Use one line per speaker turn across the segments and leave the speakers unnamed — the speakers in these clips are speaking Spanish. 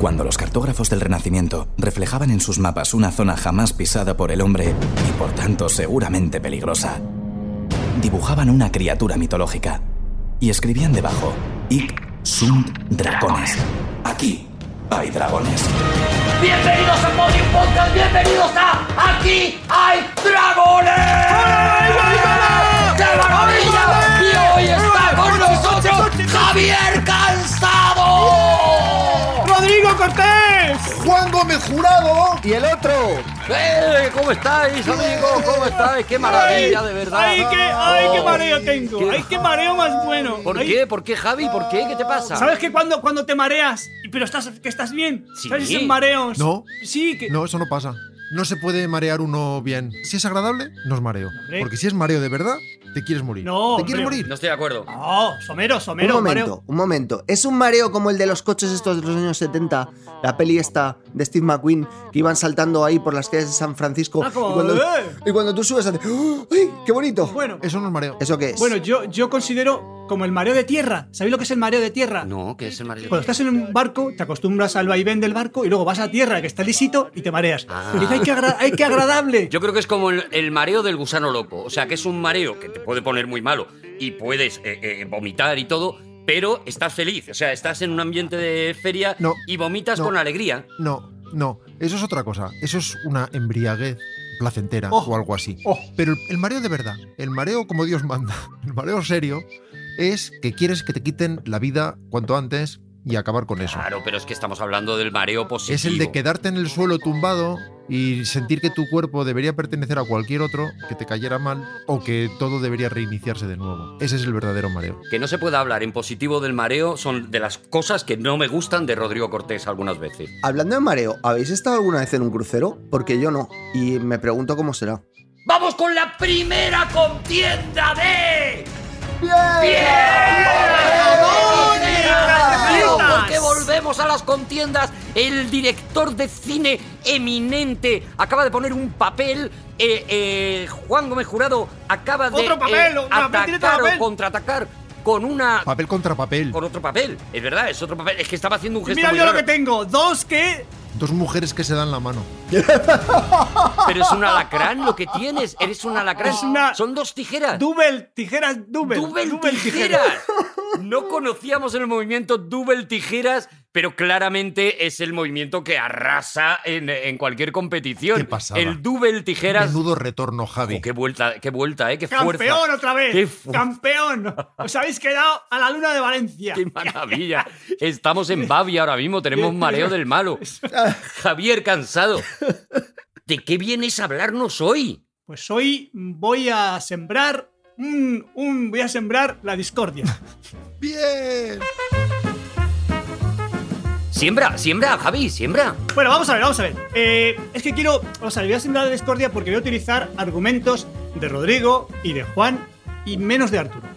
Cuando los cartógrafos del Renacimiento reflejaban en sus mapas una zona jamás pisada por el hombre y por tanto seguramente peligrosa, dibujaban una criatura mitológica y escribían debajo: Ic sunt dragones. Aquí hay dragones.
Bienvenidos a Podium Podcast, bienvenidos a Aquí hay dragones. ¡Qué maravilla! Y hoy está con nosotros Javier Cansado.
¡Rodrigo Cortés!
Juan Gómez Jurado y el otro.
¡Eh! ¿Cómo estáis, amigos? ¿Cómo estáis? ¡Qué maravilla, de verdad! Oh,
¡Ay, qué, ay, qué mareo tengo! ¡Ay, qué mareo más bueno!
¿Por
Ay,
qué? ¿Por qué, Javi? ¿Por qué? ¿Qué te pasa?
¿Sabes que cuando, cuando te mareas, pero estás, que estás bien?
Sí.
¿Sabes esos mareos?
No.
Sí, que.
No, eso no pasa. No se puede marear uno bien. Si es agradable, no es mareo.
Hombre.
Porque si es mareo de verdad, te quieres morir.
No,
te quieres
hombre.
morir.
No estoy de acuerdo.
No, somero,
Un
somero,
momento,
mareo.
un momento. ¿Es un mareo como el de los coches estos de los años 70? La peli esta de Steve McQueen que iban saltando ahí por las calles de San Francisco.
Ah,
y,
como,
cuando,
¡eh!
y cuando tú subes, hace, ¡oh! ¡ay, qué bonito!
Bueno,
Eso no es mareo.
¿Eso qué es?
bueno yo, yo considero como el mareo de tierra. ¿Sabéis lo que es el mareo de tierra?
No, que es el marido.
Cuando estás en un barco, te acostumbras al vaivén del barco y luego vas a tierra, que está lisito, y te mareas.
Ah.
Y dices, ¡ay, qué, agra- ay, qué agradable!
Yo creo que es como el, el mareo del gusano loco. O sea, que es un mareo que te puede poner muy malo y puedes eh, eh, vomitar y todo, pero estás feliz. O sea, estás en un ambiente de feria
No,
y vomitas
no.
con alegría.
No, no. Eso es otra cosa. Eso es una embriaguez placentera
Oh.
o algo así.
Oh.
Pero el, el mareo de verdad, el mareo como Dios manda, el mareo serio, es que quieres que te quiten la vida cuanto antes y acabar con eso.
Claro, pero es que estamos hablando del mareo positivo.
Es el de quedarte en el suelo tumbado y sentir que tu cuerpo debería pertenecer a cualquier otro, que te cayera mal o que todo debería reiniciarse de nuevo. Ese es el verdadero mareo.
Que no se pueda hablar en positivo del mareo son de las cosas que no me gustan de Rodrigo Cortés algunas veces.
Hablando de mareo, ¿habéis estado alguna vez en un crucero? Porque yo no. Y me pregunto cómo será.
¡Vamos con la primera contienda de... ¡Bien!
¡Cacetas!
Porque volvemos a las contiendas. El director de cine eminente acaba de poner un papel. eh, eh, Juan Gómez Jurado acaba de
Otro papel,
eh,
una papel, tiene otro
atacar o
papel.
contraatacar con una
Papel contra papel.
con otro papel. Es verdad, es otro papel. Es que estaba haciendo un gesto.
Mira
muy
yo lo
raro.
que tengo. Dos que.
Dos mujeres que se dan la mano.
Pero es un alacrán lo que tienes. Eres un alacrán.
Es una-
Son dos tijeras.
Double, tijeras, double.
Double
Double
tijeras. No conocíamos el movimiento double tijeras, pero claramente es el movimiento que arrasa en, en cualquier competición.
Qué pasada.
El double tijeras.
Menudo retorno, Javi.
Oh, qué vuelta, qué vuelta, eh, qué fuerza.
Campeón otra
Qué
vez.
fu-
Campeón. Os habéis quedado a la luna de Valencia.
Qué maravilla. Estamos en Babi ahora mismo, tenemos un mareo del malo. Javier cansado. ¿De qué vienes a hablarnos hoy?
Pues hoy voy a sembrar un, un- voy a sembrar la discordia.
¡Bien!
Siembra, siembra, Javi, siembra.
Bueno, vamos a ver, vamos a ver. Eh, es que quiero, o sea, voy a sembrar la discordia porque voy a utilizar argumentos de Rodrigo y de Juan y menos de Arturo.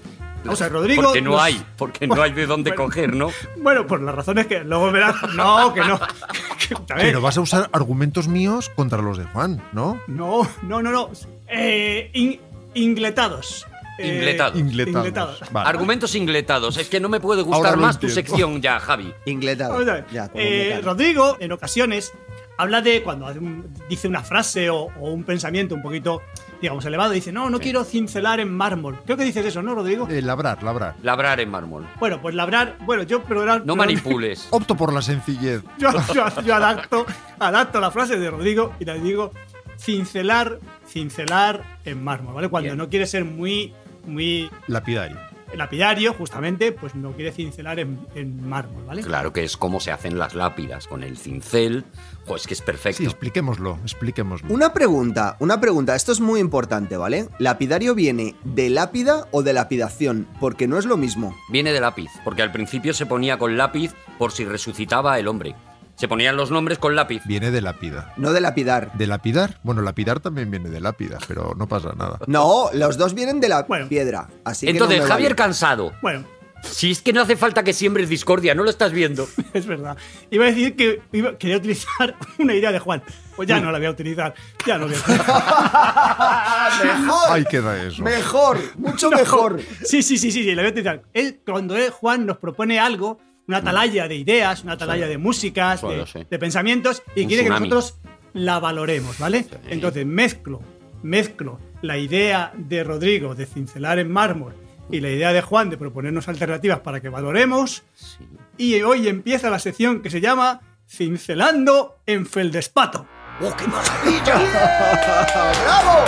Vamos a ver, Rodrigo.
Porque no
nos-
hay, porque no hay de dónde
Bueno.
coger, ¿no?
Bueno, por las razones que luego verás. No, que no. Que- a ver.
Pero vas a usar argumentos míos contra los de Juan, ¿no?
No, no, no, no. Eh, in- ingletados. Eh,
Ingletados.
Ingletados. Vale.
Argumentos ingletados. Es que no me puede
Ahora
gustar
lo
más tu
entiendo.
sección ya, Javi.
Ingletado.
Vamos a ver.
Ya, como
Eh,
ingletado.
Rodrigo, en ocasiones, habla de cuando hace un- dice una frase o, o un pensamiento un poquito, digamos, elevado, dice, no, no quiero cincelar en mármol. Creo que dices eso, ¿no, Rodrigo?
Eh, labrar, labrar.
Labrar en mármol.
Bueno, pues labrar, bueno, yo pero
No manipules.
Opto por la sencillez.
Yo, yo- yo adapto, adapto la frase de Rodrigo y le digo cincelar, cincelar en mármol, ¿vale? Cuando
Bien.
no quiere ser muy, muy
Lapidario.
lapidario, justamente, pues no quiere cincelar en, en mármol, ¿vale?
Claro que es como se hacen las lápidas, con el cincel. Pues que es
Sí,
perfecto.
expliquémoslo, expliquémoslo.
Una pregunta, una pregunta, esto es muy importante, ¿vale? ¿Lapidario viene de lápida o de lapidación? Porque no es lo mismo.
Viene de lápiz, porque al principio se ponía con lápiz por si resucitaba el hombre. Se ponían los nombres con lápiz.
Viene de lápida.
No de lapidar.
¿De lapidar? Bueno, lapidar también viene de lápida, pero no pasa nada.
No, los dos vienen de la
Bueno.
piedra. Así que no
Entonces,
me vale.
Javier cansado.
Bueno,
Si es que no hace falta que siembres discordia, no lo estás viendo.
Es verdad. Iba a decir que iba- quería utilizar una idea de Juan. Pues ya no la voy a utilizar. Ya no la voy a utilizar.
Mejor,
Ahí queda eso.
mejor, mucho mejor.
Sí, sí, sí, sí, sí, la voy a utilizar. Él, cuando él, Juan nos propone algo, una atalaya de ideas, una atalaya
Sí.
de músicas,
Suelo,
de,
sí.
de pensamientos, y
Un
quiere
tsunami.
que nosotros la valoremos, ¿vale? Entonces mezclo, mezclo la idea de Rodrigo de cincelar en mármol y la idea de Juan de proponernos alternativas para que valoremos. Y hoy empieza la sección que se llama Cincelando en Feldespato.
¡Oh, qué maravilla!
¡Bravo!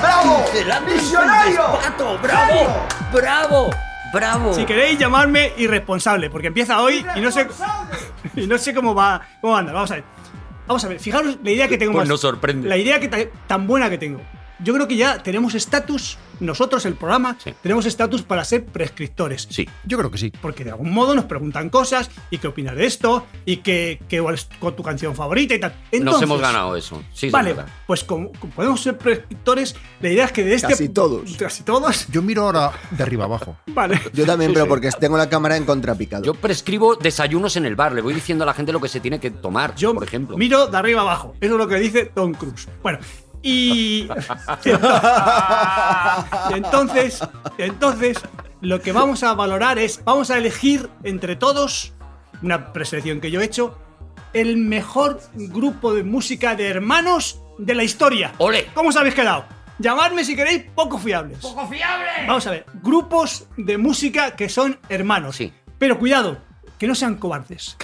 ¡Bravo!
¡Celando
¡Visionario!
en Feldespato! ¡Bravo! ¡Bravo! ¡Bravo!
Si queréis llamarme irresponsable, porque empieza hoy y no sé, y no sé cómo va, cómo anda. Vamos a ver. Vamos a ver, fijaros la idea que tengo
Pues
más-
nos sorprende.
La idea que ta- tan buena que tengo. Yo creo que ya tenemos estatus, nosotros el programa,
Sí.
tenemos estatus para ser prescriptores.
Sí.
Yo creo que sí.
Porque de algún modo nos preguntan cosas y qué opinas de esto y qué, qué cuál es con tu canción favorita y tal.
Nos
Entonces,
hemos ganado eso. Sí, es
Vale,
verdad.
pues como, como podemos ser prescriptores, la idea es que de este.
Casi todos.
Casi todos.
Yo miro ahora de arriba abajo.
Vale.
Yo también, pero porque tengo la cámara en contrapicado.
Yo prescribo desayunos en el bar. Le voy diciendo a la gente lo que se tiene que tomar,
Yo
por ejemplo.
miro de arriba abajo. Eso es lo que dice Tom Cruise. Bueno, y. entonces, entonces, lo que vamos a valorar es. Vamos a elegir entre todos, una preselección que yo he hecho, el mejor grupo de música de hermanos de la historia.
¡Ole!
¿Cómo os habéis quedado? Llamadme si queréis poco fiables. ¡Poco fiables! Vamos a ver, grupos de música que son hermanos.
Sí.
Pero cuidado, que no sean cobardes.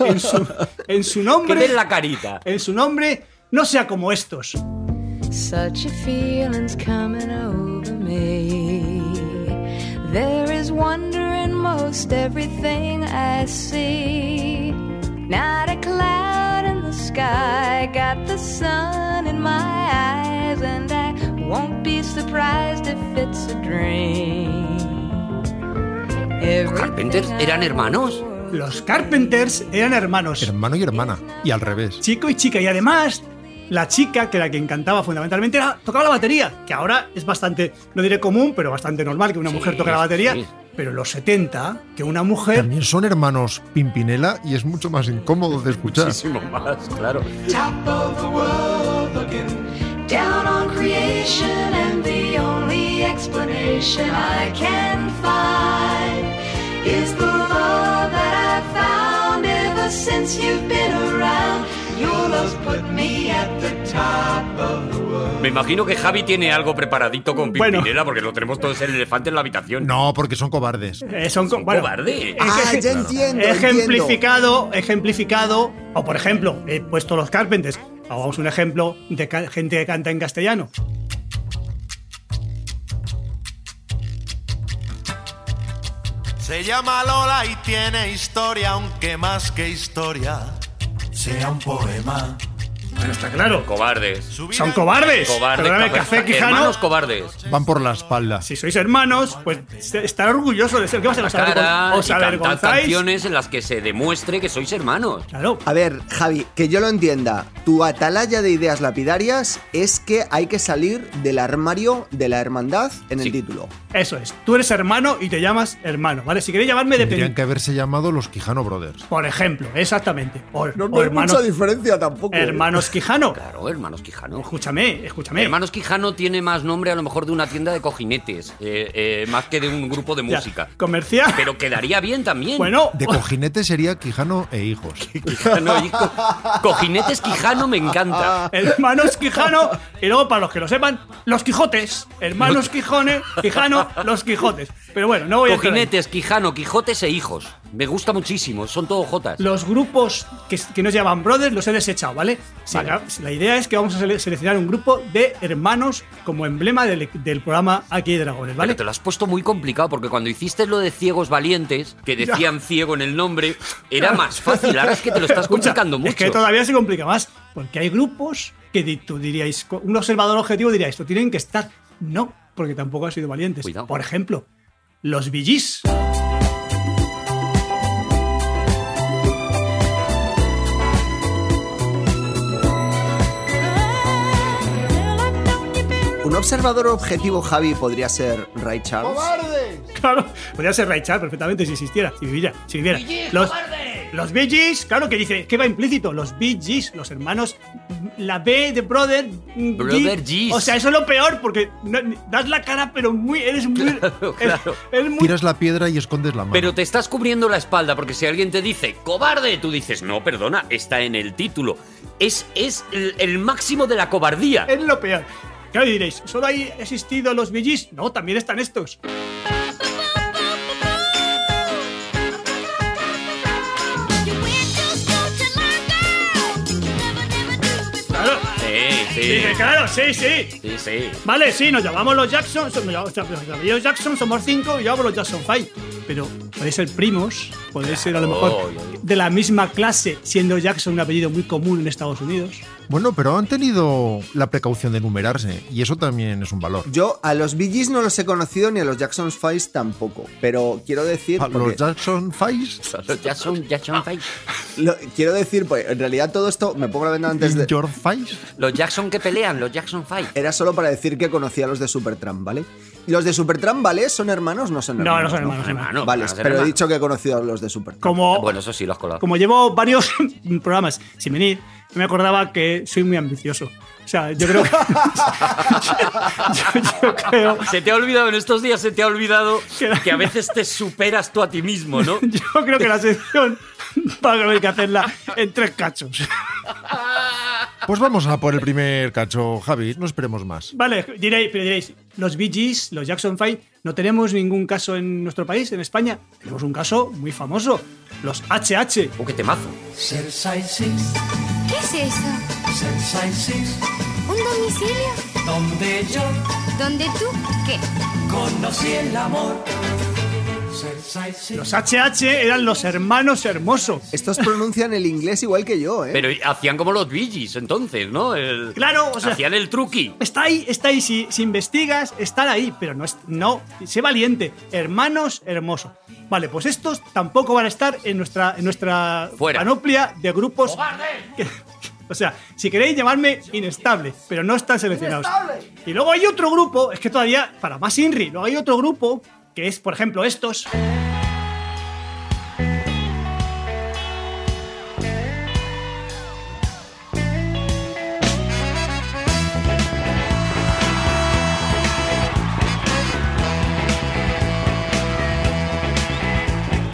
En su, en su
Que
nombre.
den la carita.
En su nombre, no sea como estos.
Such a feeling's coming over me. There is wonder in most everything I see. Not a cloud in the sky, got the sun in my eyes, and I won't be surprised if it's a dream.
¿Los Carpenters eran hermanos?
Los Carpenters eran hermanos.
Hermano y hermana. Y al revés.
chico y chica. Y además, la chica, que era quien cantaba fundamentalmente, era, tocaba la batería, que ahora es bastante, no diré común, pero bastante normal que una
Sí,
mujer toque la batería.
sí.
Pero en los 70, que una mujer.
También son hermanos Pimpinela y es mucho más incómodo de escuchar.
Muchísimo más, claro.
down on creation, and the only explanation I can find is the love that I've found ever since you've been around. Your love's put me at the
Me imagino que Javi tiene algo preparadito con
Bueno.
Pimpinela porque lo tenemos todos el elefante en la habitación.
No, porque son cobardes.
eh, son, co-
Un
bueno, eh,
cobarde.
ah, ya entiendo. entiendo.
Ejemplificado, ejemplificado, o por ejemplo, he puesto los Carpenters. Hagamos un ejemplo de ca- gente que canta en castellano.
Se llama Lola y tiene historia, aunque más que historia sea un poema.
Bueno, está claro.
Cobardes.
Su vida
Son
es-
cobardes.
Cobardes.
Perdóname, Café Quijano.
Hermanos cobardes.
Van por la espalda.
Si sois hermanos, pues se- estar orgulloso de ser. ¿Qué pasa? ¿Os
Cara,
avergon- os
y cantad
avergonzáis?
canciones en las que se demuestre que sois hermanos.
Claro.
A ver, Javi, que yo lo entienda. Tu atalaya de ideas lapidarias es que hay que salir del armario de la hermandad en el
Sí.
título.
Eso es. Tú eres hermano y te llamas hermano, ¿vale? Si queréis llamarme de
Tendrían que haberse llamado los Quijano Brothers.
Por ejemplo, exactamente. O,
No,
o
no hay mucha
hermanos,
diferencia tampoco.
hermanos Quijano.
Claro, hermanos Quijano.
Escúchame, escúchame.
Hermanos Quijano tiene más nombre a lo mejor de una tienda de cojinetes, eh, eh, más que de un grupo de
Ya,
música.
Comercial.
Pero quedaría bien también.
bueno,
De cojinete sería Quijano e hijos.
Quijano, hijo. Cojinetes Quijano me encanta.
hermanos Quijano. Y luego, para los que lo sepan, los Quijotes. Hermanos Quijone, Quijano, los Quijotes. Pero bueno, no voy a entrar ahí.
Cojinetes, Quijano, Quijotes e hijos. Me gusta muchísimo, son todos jotas.
Los grupos que, que nos llaman brothers los he desechado, ¿vale? Si
Vale.
haga- si La idea es que vamos a sele- seleccionar un grupo de hermanos como emblema del, del programa Aquí hay Dragones, ¿vale?
Pero te lo has puesto muy complicado porque cuando hiciste lo de ciegos valientes, que decían ciego en el nombre, era más fácil. Ahora es que te lo estás
Escucha,
complicando mucho.
Es que todavía se complica más, porque hay grupos que di- tú diríais, co- un observador objetivo diría esto, tienen que estar. No, porque tampoco han sido valientes.
Cuidado.
Por ejemplo, los VGs.
Un observador objetivo, Javi, podría ser Ray Charles.
Claro, podría ser Ray Charles perfectamente si existiera, si viviera, si viviera. Los, los Bee Gees, claro que dice, que va implícito, los Bee Gees, los hermanos, la B de Brother, mm,
Brother
Gee.
Gees.
O sea, eso es lo peor, porque no- das la cara, pero muy, eres muy...
Claro, claro.
Es, es muy
Tiras la piedra y escondes la mano.
Pero te estás cubriendo la espalda porque si alguien te dice cobarde, tú dices, no, perdona, está en el título. Es, es el, el máximo de la cobardía.
es lo peor. Claro, y diréis, ¿solo hay existido los Bee Gees? No, también están estos. Claro,
Sí, sí.
dije, claro, sí, sí.
Sí, sí.
Vale, sí, nos llamamos los Jackson, so- nos llamamos, nos llamamos los Jackson, somos cinco, y yo llamo los Jackson Five. Pero podéis ser primos, podéis ser a lo
Claro,
mejor
yo-
de la misma clase, siendo Jackson un apellido muy común en Estados Unidos.
Bueno, pero han tenido la precaución de numerarse y eso también es un valor.
Yo a los Bee Gees no los he conocido ni a los Jackson Files tampoco, pero quiero decir,
Ah,
porque-
Los Jackson Fives,
Ya son, ya son fake.
lo- quiero decir, pues en realidad todo esto me pongo la venda antes de
George Fives.
Los Jackson que pelean, los Jackson Five.
era solo para decir que conocía a los de Supertramp, ¿vale? ¿Y los de Supertramp, vale? ¿Son hermanos? No son
No,
hermanos.
no son hermanos, hermanos.
Hermano,
Vale,
hermano,
pero he
hermano.
dicho que he conocido a los de Supertramp.
Como,
Bueno, eso sí, lo has colado.
como llevo varios programas sin venir, no me acordaba que soy muy ambicioso. O sea, yo creo que. yo, yo creo.
Se te ha olvidado, en estos días se te ha olvidado
Que-
que a veces te superas tú a ti mismo, ¿no?
Yo creo que la sección va a haber que hacerla en tres cachos.
Pues vamos a por el primer cacho, Javi, no esperemos más.
Vale, diréis, pero diréis, los Bee Gees, los Jackson Five, no tenemos ningún caso en nuestro país, en España. Tenemos un caso muy famoso, los HH.
Oh, qué temazo.
Cersei Six,
¿Qué es eso?
Cersei Six,
¿Un domicilio?
donde yo
¿Dónde tú? ¿Qué?
conocí el amor. Cersei Six.
Los HH eran los hermanos hermosos.
Estos pronuncian el inglés igual que yo, ¿eh?
Pero hacían como los Billys entonces, ¿no? El-
Claro, o sea-
Hacían el truqui.
Está ahí, está ahí. Si, si investigas, están ahí, pero no, es- no, sé valiente. Hermanos hermosos. Vale, pues estos tampoco van a estar en nuestra, en nuestra
Fuera.
panoplia de grupos. que- o sea, si queréis llamarme inestable, pero no están seleccionados. Y luego hay otro grupo, es que todavía, para más Inri, luego hay otro grupo que es, por ejemplo, estos.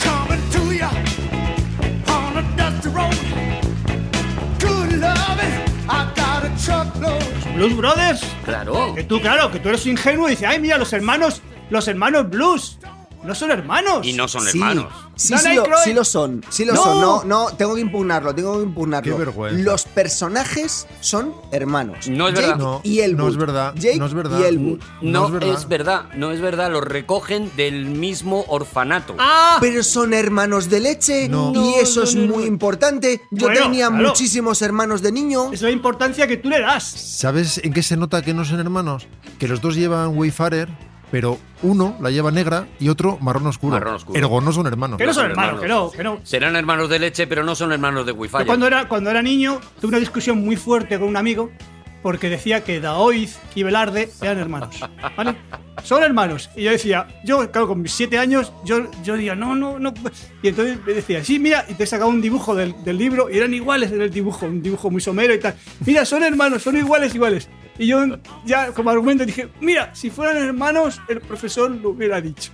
coming to ya on a dusty road. Good loving, I got a truckload.
Blues Brothers.
Claro.
Que tú, claro, que tú eres ingenuo y dices, ay, mira, los hermanos, los hermanos Blues. No son hermanos.
Y no son
sí,
hermanos.
Sí,
Dan
sí, lo,
Aykroyd.
sí lo son. Sí lo
No.
son. No, no, tengo que impugnarlo, tengo que impugnarlo.
Qué vergüenza.
Los personajes son hermanos.
No es
Jake
verdad.
No,
y Elwood.
no es verdad,
Jake
no es verdad.
y Elwood.
No,
No es verdad.
es, verdad. no es verdad, los recogen del mismo orfanato.
¡Ah!
Pero son hermanos de leche
No.
y eso es muy importante. Yo
Bueno,
tenía
claro.
muchísimos hermanos de niño.
Es la importancia que tú le das.
¿Sabes en qué se nota que no son hermanos? Que los dos llevan Wayfarer, pero uno la lleva negra y otro marrón oscuro.
Marrón oscuro.
Ergo, no son hermanos.
Que no son hermanos,
hermanos.
que no, que no.
Serán hermanos de leche, pero no son hermanos de Wi-Fi.
Yo cuando era, cuando era niño tuve una discusión muy fuerte con un amigo porque decía que Daoiz y Velarde eran hermanos, ¿vale? Son hermanos. Y yo decía, yo, claro, con mis siete años, yo, yo decía, no, no, no. Y entonces me decía, sí, mira, y te sacaba un dibujo del, del libro y eran iguales en el dibujo, un dibujo muy somero y tal. Mira, son hermanos, son iguales, iguales. Y yo ya como argumento dije, mira, si fueran hermanos, el profesor lo hubiera dicho.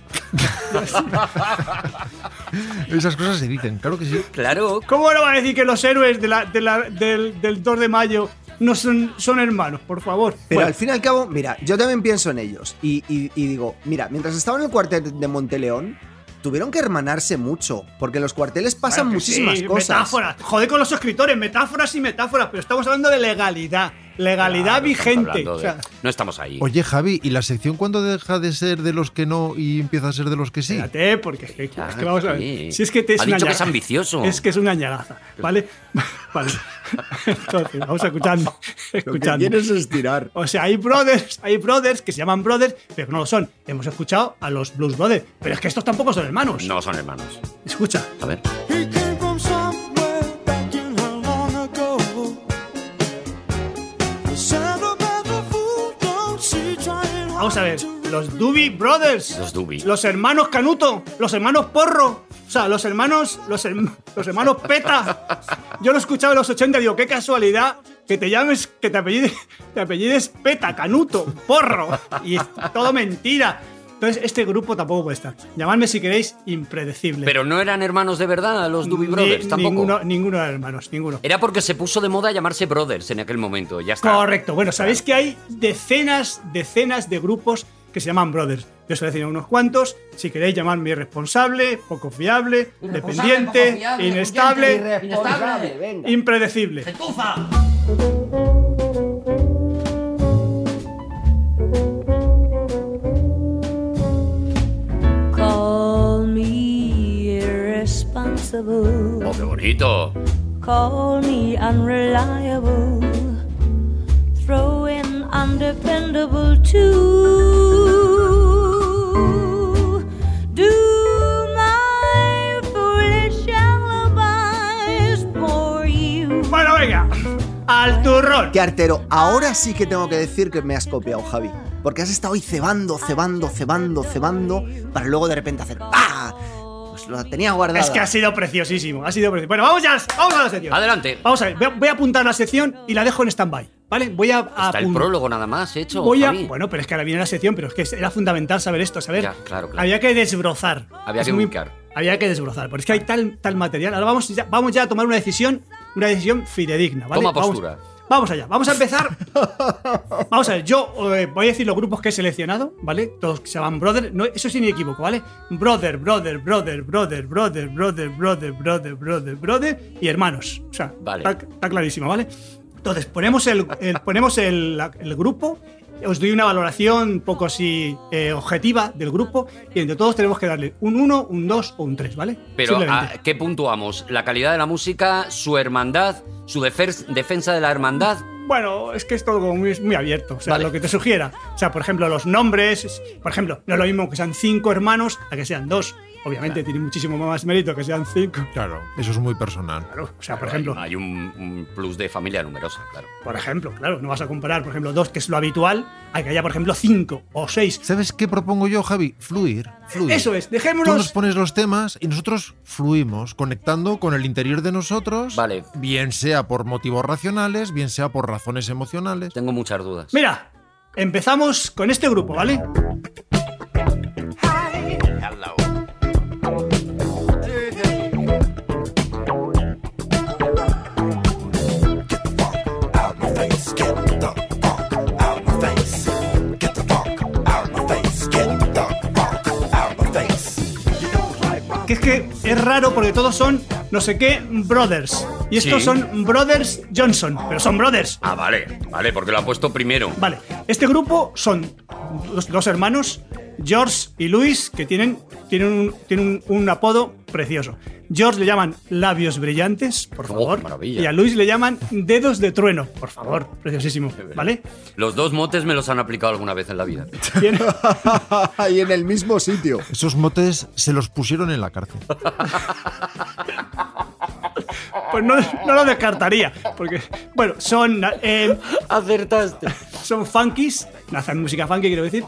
Esas cosas se dicen, claro que sí.
Claro,
¿Cómo no va a decir que los héroes de la- de la- del, del 2 de mayo no son, son hermanos? Por favor.
Pero
Bueno,
al fin y al cabo, mira, yo también pienso en ellos. Y, y- y digo, mira, mientras estaba en el cuartel de Monteleón, tuvieron que hermanarse mucho. Porque en los cuarteles pasan
claro que
muchísimas
sí,
cosas.
Metáforas. Joder con los escritores, metáforas y metáforas, pero estamos hablando de legalidad. Legalidad
Claro, estamos
vigente.
hablando
O
de-
sea,
no estamos ahí.
Oye, Javi, ¿y la sección cuándo deja de ser de los que no y empieza a ser de los que sí?
espérate, porque es que,
Ya,
es que vamos a ver.
sí.
Si es que te
Ha dicho que
ñaga-
es ambicioso.
Es que es una ñagaza, ¿vale? vale. Entonces, vamos escuchando.
Lo que
escuchando.
quieres es tirar.
O sea, hay brothers, hay brothers que se llaman brothers, pero que no lo son. Hemos escuchado a los Blues Brothers, pero es que estos tampoco son hermanos.
No son hermanos.
Escucha.
A ver.
He came from somewhere back in her long ago. Saddled by the fool, don't she try it hard
Vamos a ver,
to
los Doobie Brothers,
Los Doobie.
los hermanos Canuto, los hermanos Porro, sea, los hermanos, los, herm- los hermanos Peta. Yo lo escuchaba en los 80 y digo, qué casualidad que te llames, que te apellides, te apellides Peta, Canuto, Porro. Y es todo mentira. Entonces, este grupo tampoco puede estar. Llamadme si queréis impredecible.
Pero no eran hermanos de verdad los Doobie
Ni-
Brothers, tampoco.
Ninguno, ninguno de los hermanos, ninguno.
Era porque se puso de moda llamarse Brothers en aquel momento, ya está.
Correcto. Bueno, sabéis que hay decenas, decenas de grupos que se llaman Brothers. Yo os voy a decir unos cuantos. Si queréis llamarme irresponsable, poco fiable, dependiente, inestable,
Inestable.
venga.
impredecible.
Call me irresponsible.
Oh, qué bonito.
Call me unreliable. Throw in undependable too. Do my foolish alibis for you.
Bueno, venga, al turrón.
Qué artero. Ahora sí que tengo que decir que me has copiado, Javi. Porque has estado ahí cebando, cebando, cebando, cebando, para luego de repente hacer ¡Ah! Pues lo tenía guardado.
Es que ha sido preciosísimo, ha sido preciosísimo. Bueno, vamos ya, vamos a la sección.
Adelante.
Vamos a ver, voy a, voy a apuntar la sección y la dejo en stand-by, ¿vale? Voy a, a
Está el
apuntar-
prólogo nada más hecho.
Voy a-
Javi.
bueno, pero es que ahora viene la sección, pero es que era fundamental saber esto, saber.
Ya, claro, claro.
Había que desbrozar.
Había
Es
que
muy-
ubicar.
Había que desbrozar, porque es que hay tal, tal material. Ahora vamos ya, vamos ya a tomar una decisión, una decisión fidedigna, ¿vale?
Toma
Vamos-
postura.
Vamos allá, vamos a empezar. Vamos a ver, yo eh, voy a decir los grupos que he seleccionado, ¿vale? Todos que se llaman Brother, no, eso sí ni equivoco, ¿vale? Brother, brother, brother, brother, brother, brother, brother, brother, brother, brother y hermanos. O sea,
Vale.
está, está clarísimo, ¿vale? Entonces, ponemos el, el- ponemos el, la- el grupo, os doy una valoración poco así eh, objetiva del grupo y entre todos tenemos que darle un 1, un 2 o un 3, ¿vale?
Pero ah,
Simplemente.
¿a ¿qué puntuamos? ¿La calidad de la música? ¿Su hermandad? ¿Su defer- defensa de la hermandad?
Bueno, es que es todo como muy, muy abierto, o sea,
Vale.
lo que te sugiera. O sea, por ejemplo, los nombres, es- por ejemplo, no es lo mismo que sean cinco hermanos a que sean dos. Obviamente tiene muchísimo más mérito que sean cinco.
Claro, eso es muy personal.
Claro, o sea, por ejemplo,
Hay un, un plus de familia numerosa, claro.
por ejemplo, claro, no vas a comparar, por ejemplo, dos, que es lo habitual, a que haya, por ejemplo, cinco o seis.
¿Sabes qué propongo yo, Javi? Fluir, fluir.
Eso es,
Tú nos
dejémonos...
pones los temas y nosotros fluimos, conectando con el interior de nosotros.
Vale.
Bien sea por motivos racionales, bien sea por razones emocionales.
Tengo muchas dudas.
Mira, empezamos con este grupo, ¿vale? Que es que es raro porque todos son no sé qué brothers. Y estos
Sí.
son Brothers Johnson, pero son brothers.
Ah, vale, vale, porque lo ha puesto primero.
Vale, este grupo son dos, dos hermanos, George y Luis, que tienen, tienen, un, tienen un, un apodo precioso. George le llaman labios brillantes, por
Oh,
favor.
maravilla.
Y a Luis le llaman dedos de trueno, por favor. Preciosísimo, ¿vale?
Los dos motes me los han aplicado alguna vez en la vida.
Tiene-
y en el mismo sitio.
Esos motes se los pusieron en la cárcel.
pues no, no lo descartaría, porque, bueno, son, eh,
Acertaste.
son funkies, nacen música funky, quiero decir.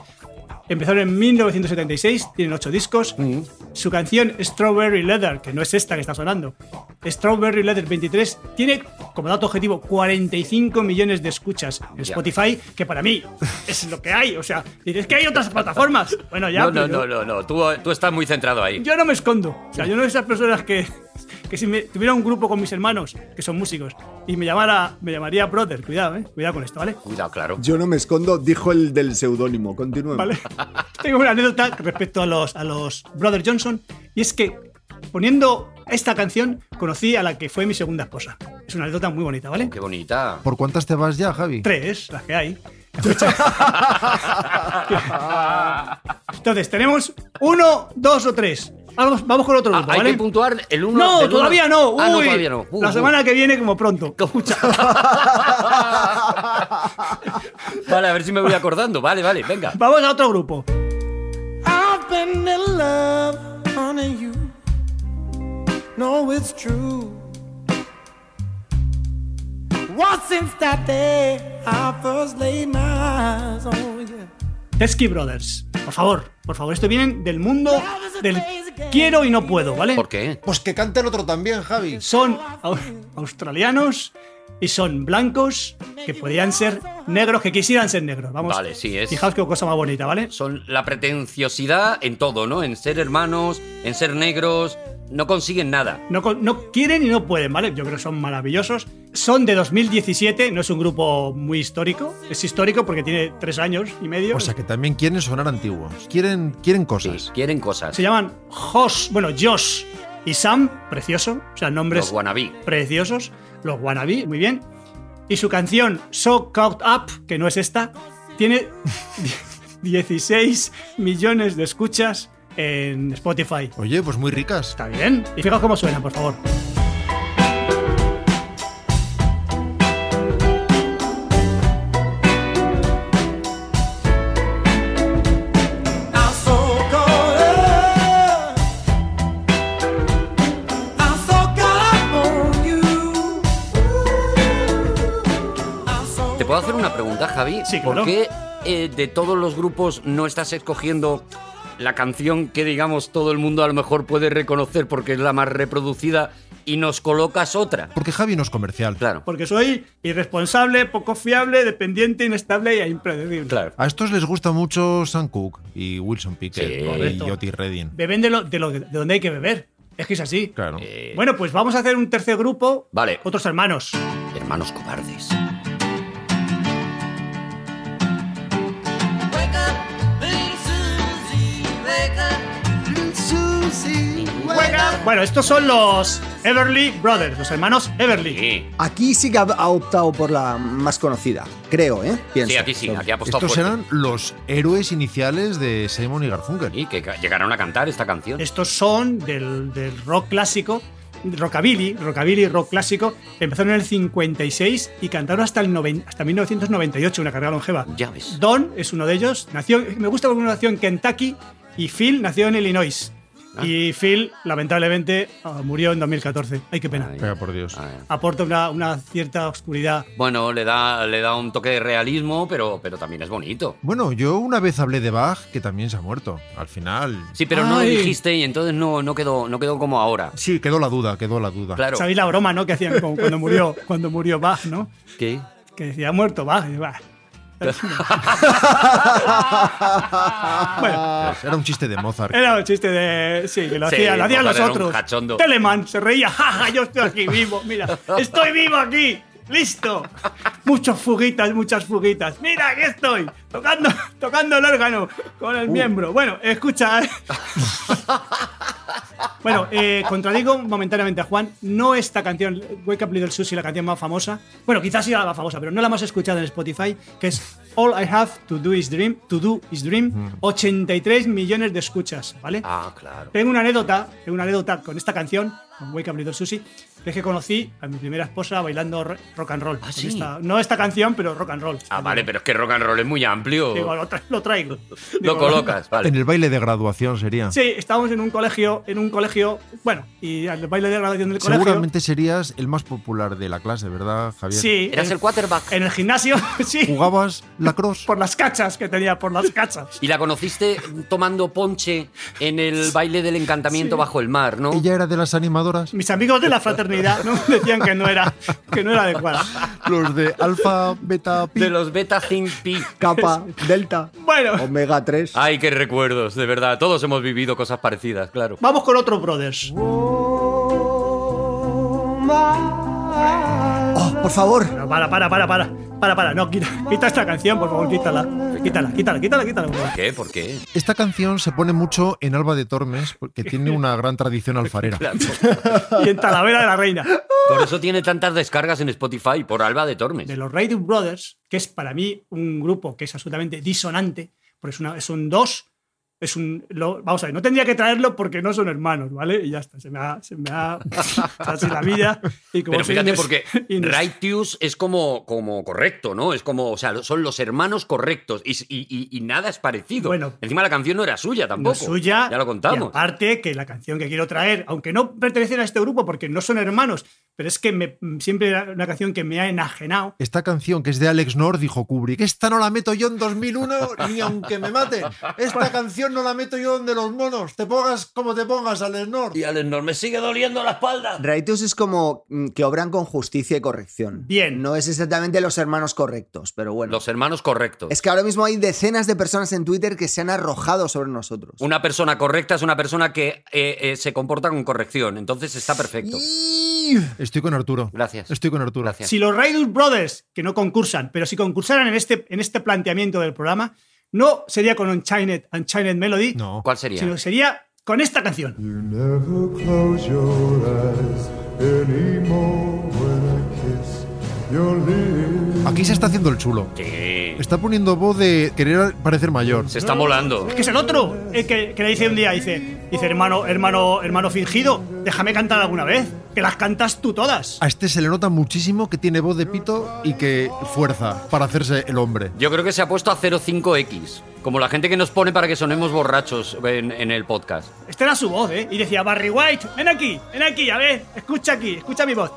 Empezaron en 1976, tienen ocho discos.
Mm.
Su canción Strawberry Leather, que no es esta que está sonando, Strawberry Leather 23, tiene como dato objetivo 45 millones de escuchas en
Ya.
Spotify, que para mí es lo que hay. O sea, dices que hay otras plataformas. Bueno, ya.
No, no,
pero
no, no, no. Tú, tú estás muy centrado ahí.
Yo no me escondo. O sea, yo no de esas personas que, que si me, tuviera un grupo con mis hermanos, que son músicos, y me llamara, me llamaría brother. Cuidado, eh. Cuidado con esto, ¿vale?
Cuidado, claro.
Yo no me escondo, dijo el del seudónimo.
Mm.
Continúen.
¿vale? Tengo una anécdota respecto a los, a los Brother Johnson y es que poniendo esta canción conocí a la que fue mi segunda esposa. Es una anécdota muy bonita, ¿vale?
Qué bonita.
¿Por cuántas te vas ya, Javi?
Tres, las que hay. Entonces, tenemos uno, dos o tres. Vamos, vamos con otro
Ah,
grupo,
hay
¿vale?
que puntuar el uno.
No,
del uno-
todavía no. Uy,
Ah, no, todavía no. Uh,
la
uh.
semana que viene, como pronto.
Vale, a ver si me voy acordando. Vale, vale, venga.
Vamos a otro grupo.
I've been in love, honey, you know it's true. Well, since that day I first Oh, laid my eyes on you.
Teskey Brothers. Por favor, por favor, esto vienen del mundo del quiero y no puedo, ¿vale?
¿Por qué?
Pues que cante el otro también, Javi.
Son au- australianos y son blancos que podrían ser negros, que quisieran ser negros, vamos.
Vale, sí, es-
Fijaos qué cosa más bonita, ¿vale?
Son la pretenciosidad en todo, ¿no? En ser hermanos, en ser negros, no consiguen nada.
No, con- no quieren y no pueden, ¿vale? Yo creo que son maravillosos. Son de 2017, no es un grupo muy histórico. Es histórico porque tiene tres años y medio.
O sea que también quieren sonar antiguos. Quieren, quieren
Sí,
cosas.
quieren cosas.
Se llaman Josh, bueno, Josh y Sam, precioso. O sea, nombres
Los wannabe.
preciosos. Los wannabe, muy bien. Y su canción So Caught Up, que no es esta, tiene 16 millones de escuchas en Spotify.
Oye, pues muy ricas.
Está bien. Y fijaos cómo suena, por favor.
I'm so caught up. I'm so caught up on you. I'm so
¿Te puedo hacer una pregunta, Javi?
Sí,
¿Por
claro.
qué eh, de todos los grupos no estás escogiendo la canción que, digamos, todo el mundo a lo mejor puede reconocer porque es la más reproducida y nos colocas otra?
Porque Javi no es comercial.
Claro,
Porque soy irresponsable, poco fiable, dependiente, inestable e impredecible.
claro.
A estos les gusta mucho Sam Cooke y Wilson
Sí,
Pickett y
correcto.
Otis Redding.
Beben de, lo, de, lo- de donde hay que beber. Es que es así.
Claro.
Eh,
Bueno, pues vamos a hacer un tercer grupo.
Vale.
Otros hermanos.
Hermanos cobardes.
wake up, little Susie, wake up, little Susie, wake up.
Bueno, estos son los Everly Brothers, los hermanos Everly.
Sí,
Aquí sí que ha- ha optado por la más conocida, creo, ¿eh? Pienso.
sí, aquí sí, aquí ha apostado
Estos
pues fuerte.
eran los héroes iniciales de Simon y Garfunkel.
Sí, que ca- llegaron a cantar esta canción.
Estos son del, del rock clásico, rockabilly, rockabilly, rock clásico. Empezaron en el 56 y cantaron hasta, el noven- hasta 1998, una carrera longeva.
Ya ves.
Don es uno de ellos. Nació, me gusta porque nació en Kentucky y Phil nació en Illinois.
Ah.
Y Phil, lamentablemente, ah, murió en 2014. Ay, qué pena.
Ay.
Venga, por Dios.
Ah,
Aporta una, una cierta oscuridad.
Bueno, le da, le da un toque de realismo, pero, pero también es bonito.
Bueno, yo una vez hablé de Bach, que también se ha muerto. Al final.
Sí, pero no lo
Ay.
dijiste y entonces no, no, quedó, no quedó como ahora.
Sí, quedó la duda, quedó la duda.
Claro.
¿Sabéis la broma, no? Que hacían con- cuando murió, cuando murió Bach, ¿no?
¿Qué?
Que decía, ha muerto Bach. Y Bach. bueno,
Era un chiste de Mozart.
era un chiste de. Sí, que lo
Sí,
hacía, lo hacían
Mozart
los
era un
otros.
cachondo.
Telemann se reía, jaja, yo estoy aquí vivo, mira, estoy vivo aquí, listo. Muchas fuguitas, muchas fuguitas. Mira, aquí estoy, tocando, tocando el órgano con el miembro. Bueno, escucha. Bueno, eh, contradigo momentáneamente a Juan. No esta canción, Wake Up Little Susie, la canción más famosa. Bueno, quizás sí la más famosa, pero no la más escuchada en Spotify, que es All I Have to Do Is Dream. To Do Is Dream. 83 millones de escuchas, ¿vale?
Mm. Ah, claro.
Tengo una anécdota, tengo una anécdota con esta canción, con Wake Up Little Susie, que es que conocí a mi primera esposa bailando ro- rock and roll. Con
Ah, sí.
esta- no esta canción, pero rock and roll.
Ah, vale, pero es que rock and roll es muy amplio.
Digo, lo, tra- lo traigo.
Lo
Digo,
colocas,
En
vale.
el baile de graduación sería.
Sí, estábamos en un colegio, en un colegio, bueno, y al baile de graduación del colegio.
Seguramente serías el más popular de la clase, ¿verdad, Javier?
Sí.
Eras
en-
el quarterback.
En el gimnasio, sí.
¿Jugabas lacrosse?
Por las cachas que tenía, por las cachas.
Y la conociste tomando ponche en el baile del encantamiento bajo el mar, ¿no?
¿Ella era de las animadoras?
Mis amigos de la fraternidad ¿no? decían que no era, que no era adecuada.
Los de alfa, beta, pi.
De los Beta Think Pi.
Kappa, Delta,
Bueno,
Omega 3.
Ay, qué recuerdos, de verdad. Todos hemos vivido cosas parecidas, claro.
vamos con otro Brothers.
Oh, por favor.
No, para, para, para, para. Para, para. No, quita, quita esta canción, por favor, quítala. Quítala, quítala, quítala, quítala. por favor.
¿Qué? ¿Por qué?
Esta canción se pone mucho en Alba de Tormes, porque tiene una gran tradición alfarera.
Y en Talavera de la Reina.
Por eso tiene tantas descargas en Spotify, por Alba de Tormes.
De los Radio Brothers, que es para mí un grupo que es absolutamente disonante, porque es, una, es un dos. Es un. lo- vamos a ver, no tendría que traerlo porque no son hermanos, ¿vale? Y ya está, se me ha. Se me ha. así la vida. Y como
Pero
soy
fíjate,
ines-
porque
ines-
Righteous es como, como correcto, ¿no? Es como, o sea, son los hermanos correctos y, y- y- y nada es parecido.
Bueno.
Encima la canción no era suya
no
tampoco.
es suya.
Ya lo
y
contamos.
aparte, que la canción que quiero traer, aunque no pertenecen a este grupo porque no son hermanos, pero es que me- siempre era una canción que me ha enajenado.
Esta canción que es de Alex North, dijo Kubrick, esta no la meto yo en 2001 ni aunque me mate. Esta canción no la meto yo donde los monos. Te pongas como te pongas, Alex North.
Y al enorme sigue doliendo la espalda.
Raitus es como mm, que obran con justicia y corrección.
Bien.
No es exactamente los hermanos correctos, pero bueno.
Los hermanos correctos.
Es que ahora mismo hay decenas de personas en Twitter que se han arrojado sobre nosotros.
Una persona correcta es una persona que eh, eh, se comporta con corrección. Entonces está perfecto.
Y-
Estoy con Arturo.
Gracias.
Estoy con Arturo.
Gracias.
Si los Raiders Brothers, que no concursan, pero si concursaran en este, en este planteamiento del programa, no sería con Unchained, Unchained Melody,
No.
¿Cuál sería?
sino que sería con esta canción.
You never close your eyes anymore when I kiss your lips.
Aquí se está haciendo el chulo.
Sí.
Está poniendo voz de querer parecer mayor.
Se está molando.
Que es el otro, el que, que le dice un día, dice, dice, hermano, hermano, hermano fingido, déjame cantar alguna vez, que las cantas tú todas.
A este se le nota muchísimo que tiene voz de pito y que fuerza para hacerse el hombre.
Yo creo que se ha puesto a 05X. Como la gente que nos pone para que sonemos borrachos en, en el podcast.
Esta era su voz, ¿eh? Y decía, Barry White, ven aquí, ven aquí, a ver, escucha aquí, escucha mi voz.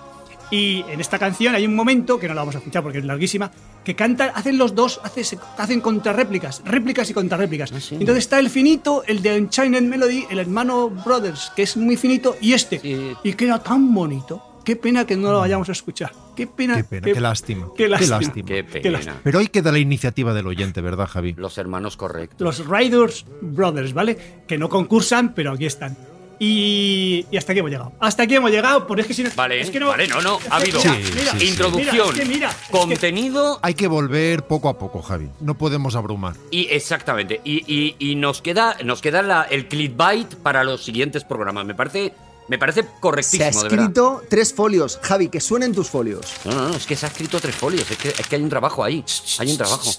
Y en esta canción hay un momento, que no la vamos a escuchar porque es larguísima, que cantan, hacen los dos, hace- se- hacen contrarréplicas, réplicas y contrarréplicas.
Ah,
Entonces está el finito, el de Unchained Melody, el hermano Brothers, que es muy finito, y este.
Sí.
Y queda tan bonito. Qué pena que no lo vayamos a escuchar. Qué pena.
Qué pena, qué lástima,
Qué
qué
lástima.
lástima.
Qué
Qué lástima.
pena.
Pero hoy queda la iniciativa del oyente, ¿verdad, Javi?
Los hermanos correctos.
los Riders Brothers, ¿vale? Que no concursan, pero aquí están. Y, y hasta aquí hemos llegado. Hasta aquí hemos llegado, porque es que si no.
Vale,
es que
no, vale, no, no, ha habido
Sí, sí, sí.
Mira,
introducción,
es que mira, es que-
contenido
Hay que volver poco a poco, Javi. No podemos abrumar.
y exactamente. Y, y- y nos queda, nos queda la- el clickbait para los siguientes programas. Me parece, me parece
Se ha
correctísimo, de verdad.
escrito tres folios. Javi, que suenen tus folios.
No, no, no, es que se ha escrito tres folios. Es que, es que hay un trabajo ahí. Hay un trabajo.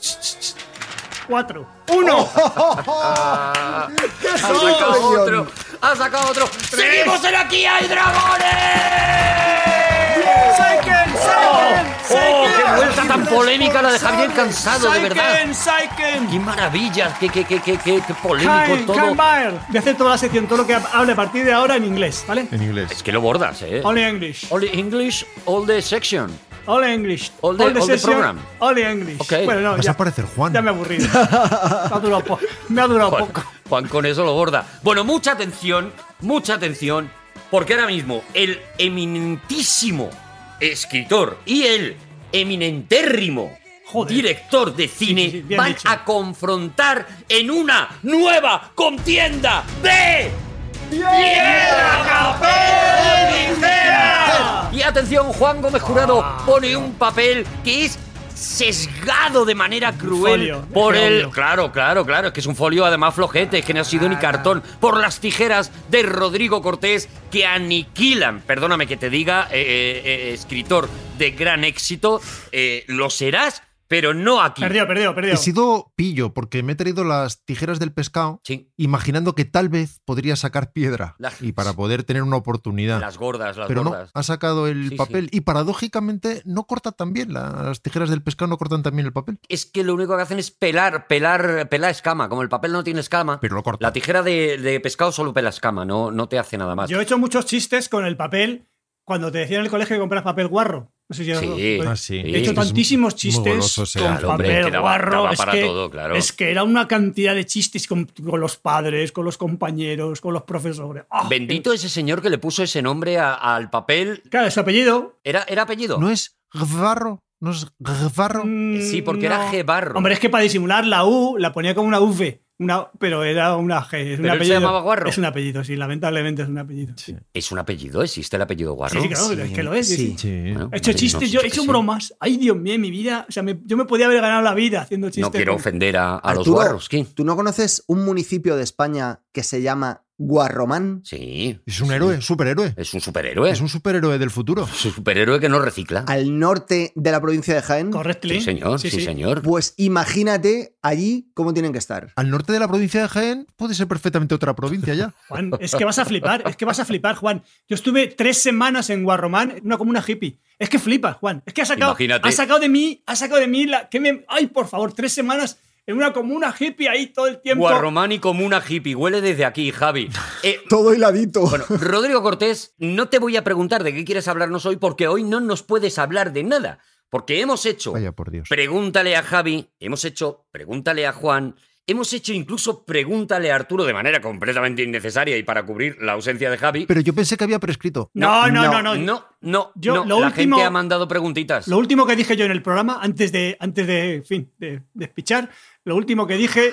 Cuatro,
¡Oh!
uno.
¡Ha sacado
Soy
otro! ¡Ha sacado otro! ¡Seguimos en aquí hay dragones!
Saiken, Saiken,
¡Oh, qué
Saiken.
vuelta tan polémica la de Javier Cansado, de verdad!
Saiken, Saiken.
¡Qué maravilla! ¡Qué, qué, qué, qué, qué, qué
Caen,
polémico
caen
todo!
Baer. Voy a hacer toda la sección, todo lo que hable a partir de ahora en inglés, ¿vale?
En
Es
inglés.
que lo bordas, ¿eh?
Only English.
All English, all the section.
All English.
All the- all the
session,
program.
Only English.
Ok.
Bueno, no,
Vas
ya,
a parecer Juan.
ya me he aburrido. me ha durado, po- me ha durado
Juan,
poco.
Juan con eso lo borda. Bueno, mucha atención, mucha atención, porque ahora mismo el eminentísimo escritor y el eminentérrimo
Joder.
director de cine
sí, sí, bien
van
dicho.
a confrontar en una nueva contienda de piedra, papel, tijera. Y atención, Juan Gómez Jurado
Ah,
pone un papel que es sesgado de manera cruel
folio,
por
qué
el
obvio.
Claro, claro, claro. Es que es un folio además flojete, es que no ha sido ni cartón. Por las tijeras de Rodrigo Cortés que aniquilan, perdóname que te diga, eh, eh, eh, escritor de gran éxito, eh, lo serás, pero no aquí.
Perdió, perdió, perdió.
He sido pillo porque me he traído las tijeras del pescado
Sí,
imaginando que tal vez podría sacar piedra
La-
y para poder tener una oportunidad.
las gordas, las
Pero no,
gordas.
ha sacado el
Sí,
papel y paradójicamente no corta tan bien. la- Las tijeras del pescado no cortan tan bien el papel.
Es que lo único que hacen es pelar, pelar, pelar escama. Como el papel no tiene escama,
Pero lo corta.
la tijera de, de pescado solo pela escama, no, no te hace nada más.
Yo he hecho muchos chistes con el papel cuando te decían en el colegio que compras papel guarro. No sé si os-
Sí.
Ah, sí.
Pues, He hecho
Es
tantísimos
muy
chistes
goloso ese
con
Pues,
hombre,
papel
que daba-
guarro.
daba
es,
para
que,
todo, claro.
es que era una cantidad de chistes con, con los padres, con los compañeros, con los profesores. ¡Ah!
Bendito ese señor que le puso ese nombre a- al papel.
Claro, su apellido.
¿Era, era apellido?
No es Gvarro, no es Gvarro.
mm,
Sí, porque era
no.
G. Barro.
Hombre, es que para disimular la U la ponía como una V. Una, pero era una G. Es un
Pero él se
apellido.
llamaba Guarro.
Es un apellido, sí, lamentablemente es un apellido. Sí,
¿Es un apellido? ¿Existe el apellido Guarro?
sí, claro, es que lo es. sí, sí.
Sí.
Sí.
Bueno,
He hecho
no,
chistes,
no,
yo he
que
hecho
sí.
bromas. Ay, Dios mío, en mi vida. O sea, me- yo me podía haber ganado la vida haciendo chistes.
No quiero
con-
ofender a, a los
Arturo,
guarros, ¿qué?
¿Tú no conoces un municipio de España que se llama Guarromán?
Sí.
Es un
sí.
héroe, superhéroe.
Es un superhéroe.
Es un superhéroe del futuro.
Es un superhéroe que no recicla.
Al norte de la provincia de Jaén.
Correctly.
Sí, señor, sí,
Sí, sí.
señor.
Pues imagínate allí cómo tienen que estar.
Al norte de la provincia de Jaén puede ser perfectamente otra provincia ya.
Juan, es que vas a flipar, es que vas a flipar, Juan. Yo estuve tres semanas en Guarromán, una como una hippie. Es que flipas, Juan. Es que ha sacado,
Imagínate.
ha sacado de mí, ha sacado de mí la que me. Ay, por favor, tres semanas en una comuna hippie ahí todo el tiempo.
Guarromán y comuna hippie. Huele desde aquí, Javi. Eh,
Todo hiladito.
bueno, Rodrigo Cortés, no te voy a preguntar de qué quieres hablarnos hoy porque hoy no nos puedes hablar de nada. Porque hemos hecho
Vaya por Dios.
Pregúntale a Javi, hemos hecho, pregúntale a Juan, hemos hecho incluso pregúntale a Arturo de manera completamente innecesaria y para cubrir la ausencia de Javi.
Pero yo pensé que había prescrito.
no, no, no, no.
no, no,
Yo,
no,
lo
la
último-
gente ha mandado preguntitas.
Lo último que dije yo en el programa, antes de, antes de, en fin, de despichar, lo último que dije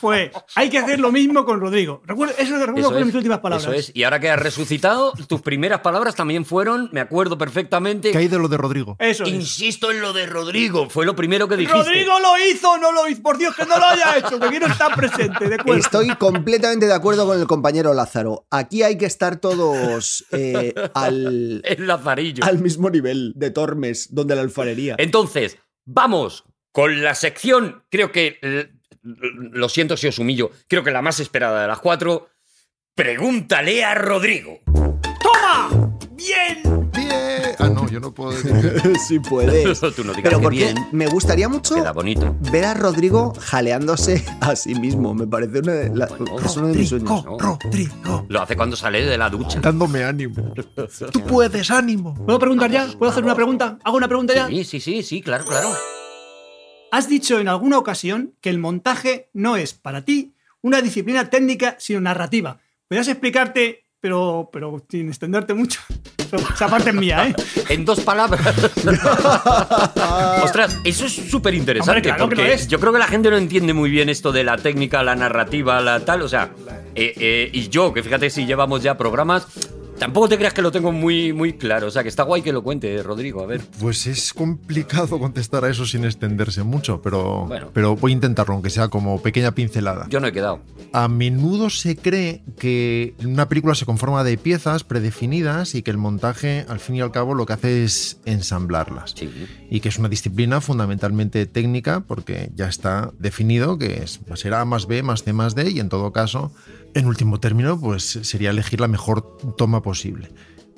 fue, hay que hacer lo mismo con Rodrigo. Recuerdo, eso de Rodrigo
Eso
fueron
es,
mis últimas palabras.
eso es. Y ahora que has resucitado, tus primeras palabras también fueron, me acuerdo perfectamente,
Que hay de lo de Rodrigo.
Eso es.
insisto en lo de Rodrigo, fue lo primero que dijiste.
Rodrigo lo hizo o no lo hizo. Por Dios, que no lo haya hecho, que quiero estar presente. De acuerdo.
Estoy completamente de acuerdo con el compañero Lázaro. Aquí hay que estar todos eh, al,
El lazarillo.
al mismo nivel de Tormes, donde la alfarería.
Entonces, vamos con la sección, creo que, l- l- lo siento si os humillo, creo que la más esperada de las cuatro, pregúntale a Rodrigo.
¡Toma! ¡Bien!
Bien. Ah, no, yo no puedo decir.
si puedes.
Tú no digas
Pues, Pero
que
porque
bien,
me gustaría mucho
queda bonito.
ver a Rodrigo jaleándose a sí mismo. Me parece una de la- es uno de mis sueños.
¿no?
Rodrigo,
Lo hace cuando sale de la ducha.
dándome ánimo. Tú puedes, ánimo.
¿Puedo preguntar ya? ¿Puedo hacer una pregunta? ¿Hago una pregunta ya?
Sí, sí, sí, sí, claro, claro.
Has dicho en alguna ocasión que el montaje no es para ti una disciplina técnica, sino narrativa. Podrías explicarte, pero, pero sin extenderte mucho. Eso- Esa parte es mía, ¿eh?
En dos palabras. Ostras, eso es súper interesante.
Hombre, claro que
porque
lo es.
Yo creo que la gente no entiende muy bien esto de la técnica, la narrativa, la tal. O sea, eh, eh, y yo, que fíjate si llevamos ya programas, tampoco te creas que lo tengo muy, muy claro. O sea, que está guay que lo cuente, eh, Rodrigo. A ver.
Pues es complicado contestar a eso sin extenderse mucho, pero,
Bueno.
pero voy a intentarlo, aunque sea como pequeña pincelada.
Yo no he quedado.
A menudo se cree que una película se conforma de piezas predefinidas y que el montaje, al fin y al cabo, lo que hace es ensamblarlas.
Sí.
Y que es una disciplina fundamentalmente técnica porque ya está definido que es, será A más B más C más D y en todo caso, en último término, pues sería elegir la mejor toma posible.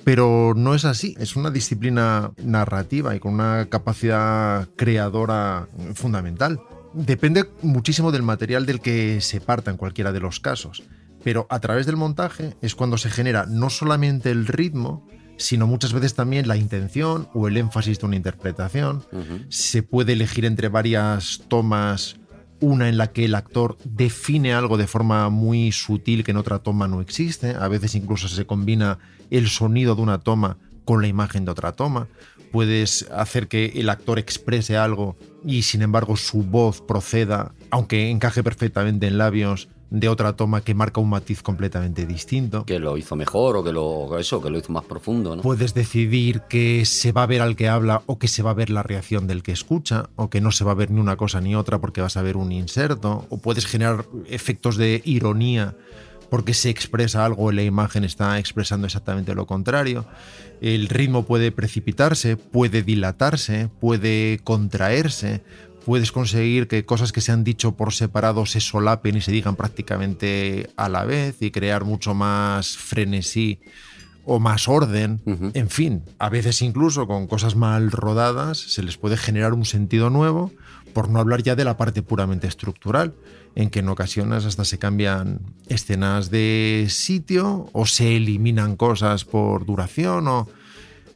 Pero no es así, es una disciplina narrativa y con una capacidad creadora fundamental. Depende muchísimo del material del que se parta en cualquiera de los casos, pero a través del montaje es cuando se genera no solamente el ritmo, sino muchas veces también la intención o el énfasis de una interpretación. Se puede elegir entre varias tomas una en la que el actor define algo de forma muy sutil que en otra toma no existe. A veces incluso se combina el sonido de una toma con la imagen de otra toma. Puedes hacer que el actor exprese algo y sin embargo su voz proceda, aunque encaje perfectamente en labios, de otra toma que marca un matiz completamente distinto.
Que lo hizo mejor o que lo. Eso, que lo hizo más profundo, ¿no?
Puedes decidir que se va a ver al que habla o que se va a ver la reacción del que escucha o que no se va a ver ni una cosa ni otra porque vas a ver un inserto o puedes generar efectos de ironía porque se expresa algo y la imagen está expresando exactamente lo contrario. El ritmo puede precipitarse, puede dilatarse, puede contraerse, puedes conseguir que cosas que se han dicho por separado se solapen y se digan prácticamente a la vez y crear mucho más frenesí o más orden.
Ujú.
En fin, a veces incluso con cosas mal rodadas se les puede generar un sentido nuevo, por no hablar ya de la parte puramente estructural, en que en ocasiones hasta se cambian escenas de sitio o se eliminan cosas por duración o...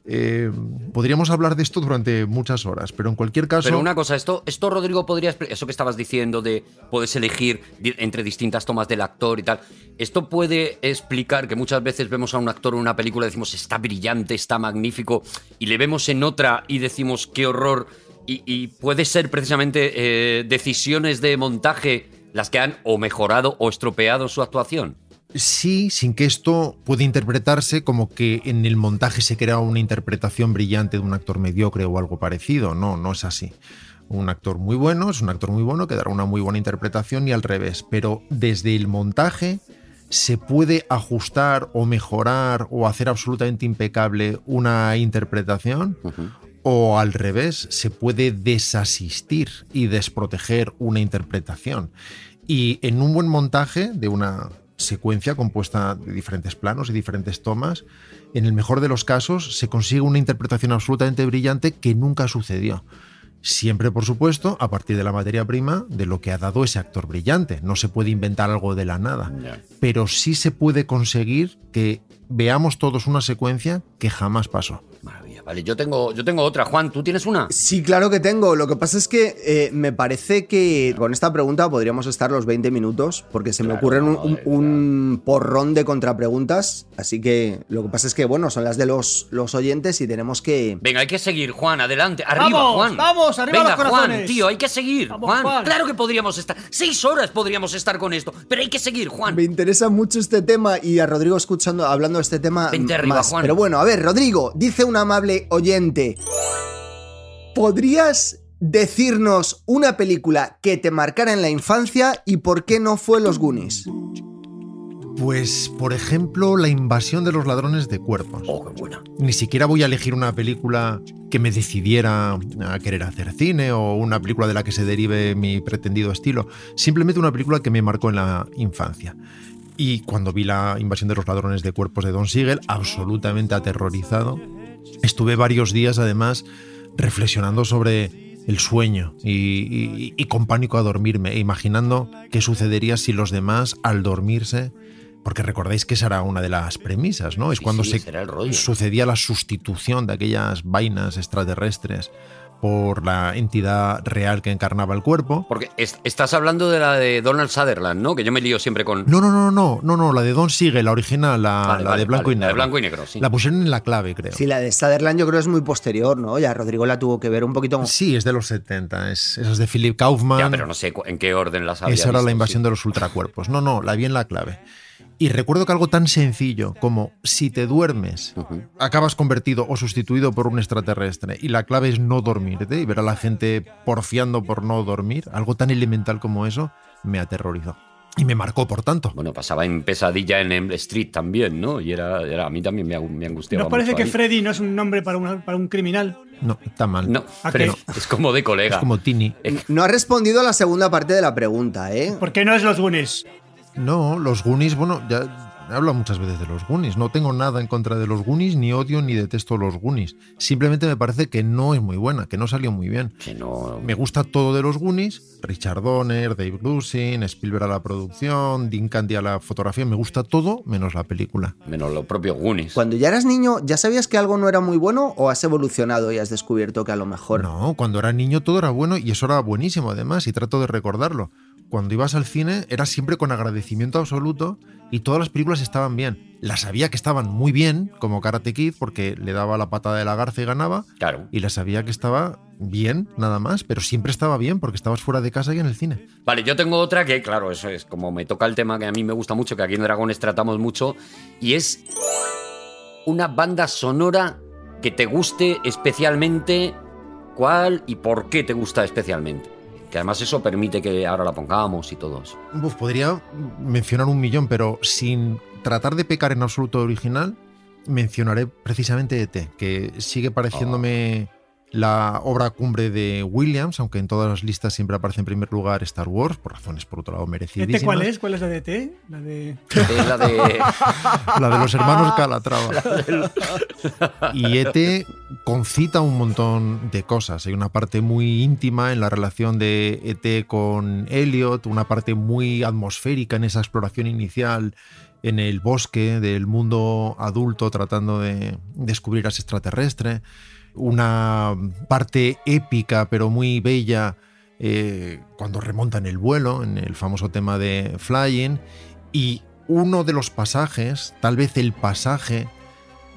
eh, podríamos hablar de esto durante muchas horas, pero en cualquier caso...
Pero una cosa, esto, esto Rodrigo podría expli- eso que estabas diciendo de puedes elegir di- entre distintas tomas del actor y tal, esto puede explicar que muchas veces vemos a un actor en una película y decimos está brillante, está magnífico, y le vemos en otra y decimos qué horror, y, y puede ser precisamente eh, decisiones de montaje las que han o mejorado o estropeado su actuación.
Sí, sin que esto pueda interpretarse como que en el montaje se crea una interpretación brillante de un actor mediocre o algo parecido. No, no es así. Un actor muy bueno es un actor muy bueno que dará una muy buena interpretación y al revés. Pero desde el montaje se puede ajustar o mejorar o hacer absolutamente impecable una interpretación o al revés, se puede desasistir y desproteger una interpretación. Y en un buen montaje de una secuencia compuesta de diferentes planos y diferentes tomas, en el mejor de los casos se consigue una interpretación absolutamente brillante que nunca sucedió. Siempre, por supuesto, a partir de la materia prima de lo que ha dado ese actor brillante. No se puede inventar algo de la nada, pero sí se puede conseguir que veamos todos una secuencia que jamás pasó.
Maravilla. Vale, yo tengo, yo tengo otra. Juan, ¿tú tienes una?
Sí, claro que tengo. Lo que pasa es que eh, me parece que con esta pregunta podríamos estar los 20 minutos, porque se me ocurren un, un- un porrón de contrapreguntas. Así que lo que pasa es que, bueno, son las de los, los oyentes y tenemos que.
Venga, hay que seguir, Juan, adelante. Arriba,
Vamos,
Juan.
vamos, arriba
Venga,
los corazones.
Juan, tío, hay que seguir.
Vamos,
Juan.
Juan.
claro que podríamos estar. Seis horas podríamos estar con esto, pero hay que seguir, Juan.
Me interesa mucho este tema y a Rodrigo escuchando, hablando de este tema.
Vente arriba,
más.
Juan.
Pero bueno, a ver, Rodrigo, dice un amable oyente. ¿Podrías decirnos una película que te marcara en la infancia y por qué no fue Los Goonies?
Pues, por ejemplo, la invasión de los ladrones de cuerpos.
Oh, qué buena.
Ni siquiera voy a elegir una película que me decidiera a querer hacer cine o una película de la que se derive mi pretendido estilo. Simplemente una película que me marcó en la infancia. Y cuando vi la invasión de los ladrones de cuerpos de Don Siegel, absolutamente aterrorizado, estuve varios días además reflexionando sobre el sueño y, y- y con pánico a dormirme, e imaginando qué sucedería si los demás al dormirse, porque recordáis que esa era una de las premisas, ¿no? Es
Sí,
cuando
sí,
se
ese era el rollo.
sucedía la sustitución de aquellas vainas extraterrestres por la entidad real que encarnaba el cuerpo.
Porque es- estás hablando de la de Donald Sutherland, ¿no? Que yo me lío siempre con.
No, no, no, no, no, no, la de Don Sigue, la original, la,
Vale,
la
vale,
de blanco y
vale, la
negro.
de blanco y negro, sí.
La pusieron en la clave, creo.
Sí, la de Sutherland yo creo es muy posterior, ¿no? Ya Rodrigo la tuvo que ver un poquito.
Sí, es de los 70, es, esas de Philip Kaufman.
Ya, pero no sé cu- en qué orden las había.
Esa era
visto,
la invasión
sí.
de los ultracuerpos. No, no, la vi en la clave. Y recuerdo que algo tan sencillo como si te duermes,
Mm.
acabas convertido o sustituido por un extraterrestre y la clave es no dormirte y ver a la gente porfiando por no dormir, algo tan elemental como eso, me aterrorizó. Y me marcó, por tanto.
Bueno, pasaba en pesadilla en Elm Street también, ¿no? Y era, era- a mí también me, ang- me angustiaba.
¿Nos parece
mucho
que
ahí.
Freddy no es un nombre para, una- para un criminal?
No, está mal.
No,
¿A
Fred,
qué?
es como de colega.
Es como Tini.
No ha respondido a la segunda parte de la pregunta, ¿eh?
¿Por qué no es Los Goonies?
No, los Goonies, bueno, ya he hablado muchas veces de los Goonies. No tengo nada en contra de los Goonies, ni odio ni detesto los Goonies. Simplemente me parece que no es muy buena, que no salió muy bien.
Que no.
Me gusta todo de los Goonies, Richard Donner, Dave Lusin, Spielberg a la producción, Dean Candy a la fotografía, me gusta todo menos la película.
Menos los propios Goonies.
Cuando ya eras niño, ¿ya sabías que algo no era muy bueno o has evolucionado y has descubierto que a lo mejor...
No, cuando era niño todo era bueno y eso era buenísimo además y trato de recordarlo. Cuando ibas al cine era siempre con agradecimiento absoluto y todas las películas estaban bien. Las sabía que estaban muy bien, como Karate Kid, porque le daba la patada de la garza y ganaba,
Claro.
y las sabía que estaba bien, nada más, pero siempre estaba bien porque estabas fuera de casa y en el cine.
Vale, yo tengo otra que, claro, eso es como me toca el tema que a mí me gusta mucho, que aquí en Dragones tratamos mucho, y es una banda sonora que te guste especialmente, cuál y por qué te gusta especialmente. Que además eso permite que ahora la pongamos y todo eso.
Uf, podría mencionar un millón, pero sin tratar de pecar en absoluto de original, mencionaré precisamente ET, que sigue pareciéndome la obra cumbre de Williams, aunque en todas las listas siempre aparece en primer lugar Star Wars, por razones por otro lado merecidísimas.
¿Este cuál es? ¿Cuál es la de T? La de...
Es la de...
La de los hermanos Calatrava. Y ET concita un montón de cosas. Hay una parte muy íntima en la relación de ET con Elliot, una parte muy atmosférica en esa exploración inicial en el bosque del mundo adulto tratando de descubrir a ese extraterrestre. Una parte épica pero muy bella eh, cuando remontan el vuelo, en el famoso tema de Flying. Y uno de los pasajes, tal vez el pasaje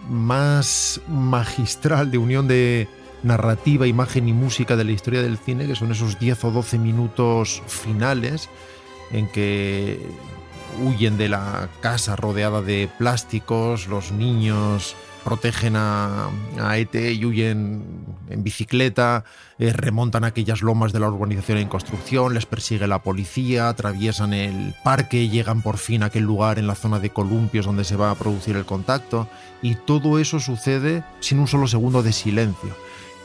más magistral de unión de narrativa, imagen y música de la historia del cine, que son esos 10 o 12 minutos finales en que huyen de la casa rodeada de plásticos, los niños protegen a, a ET y huyen en bicicleta, eh, remontan aquellas lomas de la urbanización en construcción, les persigue la policía, atraviesan el parque, llegan por fin a aquel lugar en la zona de columpios donde se va a producir el contacto y todo eso sucede sin un solo segundo de silencio.